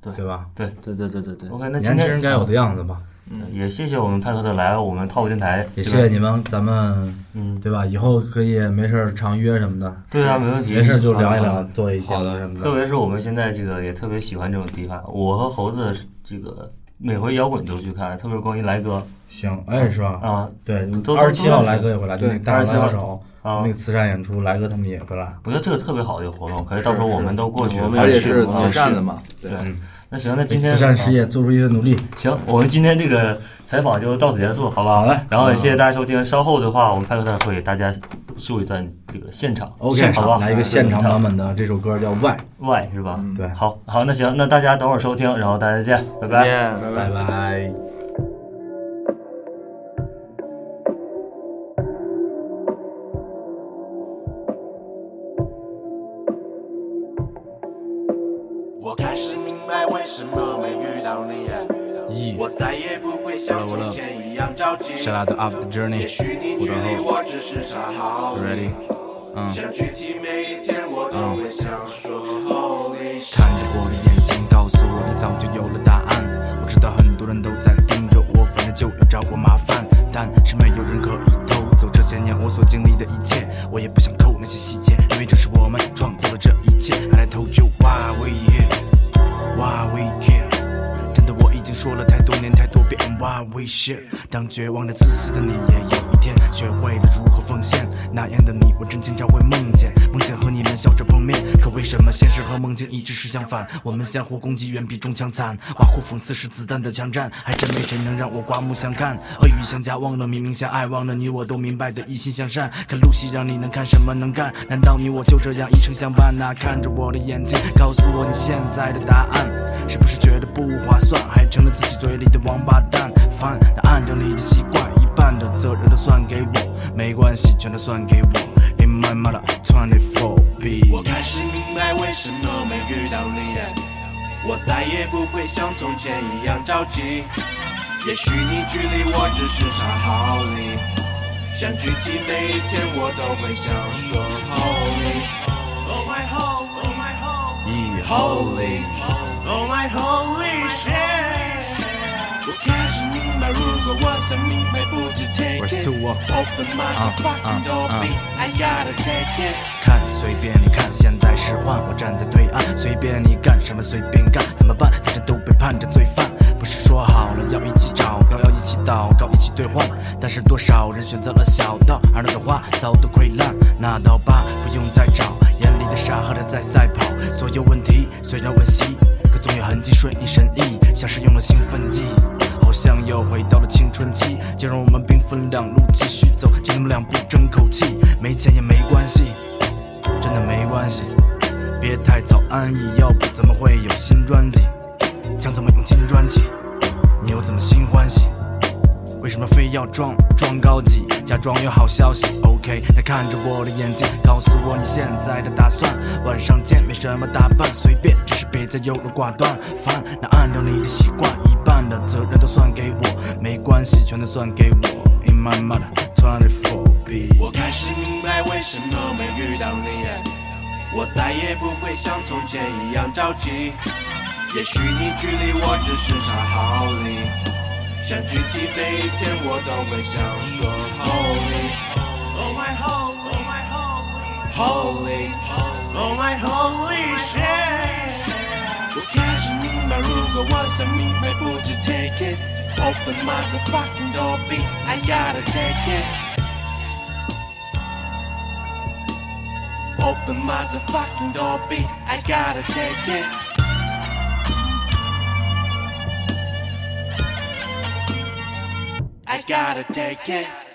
Speaker 3: 对
Speaker 4: 对吧？
Speaker 3: 对
Speaker 5: 对对对对对，
Speaker 3: ，OK，那今
Speaker 4: 年
Speaker 3: 天
Speaker 4: 轻人该有的样子吧。
Speaker 3: 嗯也谢谢我们派克的来我们套电台，
Speaker 4: 也
Speaker 3: 对
Speaker 4: 谢
Speaker 3: 吧
Speaker 4: 谢你们，咱们
Speaker 3: 嗯，
Speaker 4: 对吧？以后可以没事儿常约什么的，
Speaker 3: 对啊，没问题，
Speaker 4: 没事儿就聊一聊，
Speaker 3: 嗯。
Speaker 4: 做一节
Speaker 1: 好
Speaker 4: 目
Speaker 1: 的
Speaker 4: 什么
Speaker 3: 特
Speaker 4: 的。
Speaker 3: 别是我们现在这个也特别喜欢这种地方，我和猴子是这个每回摇滚都去看，特别是关于来哥
Speaker 4: 行，哎，是吧？
Speaker 3: 啊，
Speaker 4: 对
Speaker 3: 都，
Speaker 4: 二十七
Speaker 3: 都
Speaker 4: 号
Speaker 3: 是
Speaker 4: 来哥也会来，就
Speaker 1: 对
Speaker 4: 那大
Speaker 3: 27号
Speaker 4: 拉手
Speaker 3: 啊
Speaker 4: 那个慈善演出，来哥他们也会来。
Speaker 3: 我觉得这个特别好的一个活动，可以到时候我们都过去，
Speaker 5: 我们
Speaker 1: 而且
Speaker 5: 也
Speaker 1: 是慈
Speaker 3: 啊
Speaker 1: 善的嘛，对
Speaker 3: 对。那行，那
Speaker 4: 为
Speaker 3: 今天啊
Speaker 4: 慈善事业做出一份努力。
Speaker 3: 行，我们今天这个采访就到此结束，好吧？好
Speaker 4: 嘞嗯
Speaker 3: 然后也谢谢大家收听，稍后的话，我们派克特会给大家秀一段这个现场
Speaker 4: OK，
Speaker 3: 好吧？
Speaker 4: 来一个现场版本的，这首歌叫《Y》，
Speaker 3: Y 是吧？
Speaker 1: 嗯
Speaker 4: 对，
Speaker 3: 好好，那行，那大家等会儿收听，然后大家见，拜拜。
Speaker 5: 见。
Speaker 4: 拜拜。
Speaker 6: 我开始明白为什么没遇到你啊，我再也不会像从前一样着急。
Speaker 7: Shout out to Off the
Speaker 6: 也
Speaker 7: Journey，
Speaker 6: 许你
Speaker 7: 我
Speaker 6: 距
Speaker 7: 的
Speaker 6: 离
Speaker 7: host
Speaker 6: 我只是差好远
Speaker 7: Ready？。嗯
Speaker 6: 想具体每一天，我都会想说 Holy shit。
Speaker 7: 看着我的眼睛，告诉我你早就有了答案。我知道很多人都在盯着我，反正就要找我麻烦，但是没有人可以偷走这些年我所经历的一切。我也不想扣那些细节，因为这是我们创造了这一切。I told you why we here，why we care。真的，我已经说了太多年、太多遍，Why we share？当绝望的、自私的你也有一天学会了如何奉献，那样的你，我真经常会梦见，梦见和你们笑着碰面。可为什么现实和梦境一直是相反？我们相互攻击远比中枪惨，挖苦讽刺是子弹的枪战，还真没谁能让我刮目相看。恶语相加，忘了明明相爱，忘了你我都明白的一心向善。可露西让你能看什么能干？难道你我就这样一生相伴呐、看着我的眼睛，告诉我你现在的答案，是不是觉得不划算，还成了自己嘴里的王八蛋？烦，那按照你的习惯，一半的责任都算给我，没关系，全都算给我。In my mother twenty four B。
Speaker 6: 我开始明白为什么没遇到你啊，我再也不会像从前一样着急。也许你距离我只是差毫厘，相聚起每一天我都会想说 Holy。Oh my home, oh my home, holy, oh my holy shit。我开始明白，如果我想明白，不止 take it。
Speaker 7: 我是 Two Walk
Speaker 6: Open my
Speaker 7: 啊
Speaker 6: fucking
Speaker 7: 啊
Speaker 6: door,
Speaker 7: 啊
Speaker 6: bitch, I gotta take it。
Speaker 7: 看，随便你看，现在是换我站在对岸，随便你干什么随便干，怎么办？反正都被判着罪犯。不是说好了要一起找到，要一起祷告，一起兑换，但是多少人选择了小道，而那朵花早都溃烂。那刀疤不用再找，眼里的傻和他在赛跑，所有问题虽然惋惜，可总有痕迹顺应神意，像是用了兴奋剂。好像又回到了青春期，就让我们兵分两路继续走，就那么两步争口气，没钱也没关系。真的没关系，别太早安逸，要不怎么会有新专辑？想怎么用金专辑？你又怎么新欢喜？为什么非要装装高级，假装有好消息？OK，那看着我的眼睛，告诉我你现在的打算。晚上见，没什么打扮，随便，只是别再优柔寡断。烦，那按照你的习惯，一半的责任都算给我，没关系，全都算给我。In my mother twenty four B。
Speaker 6: 我开始明白为什么没遇到你，我再也不会像从前一样着急。也许你距离我只是差毫厘，相聚起每一天我都会想说 Holy。Oh my holy, oh my holy, holy, oh my holy shit。我开始明白，如果我想明白，不止 take it。Open my fucking door, b I gotta take it。Open motherfucking door, B. I gotta take it. I gotta take it.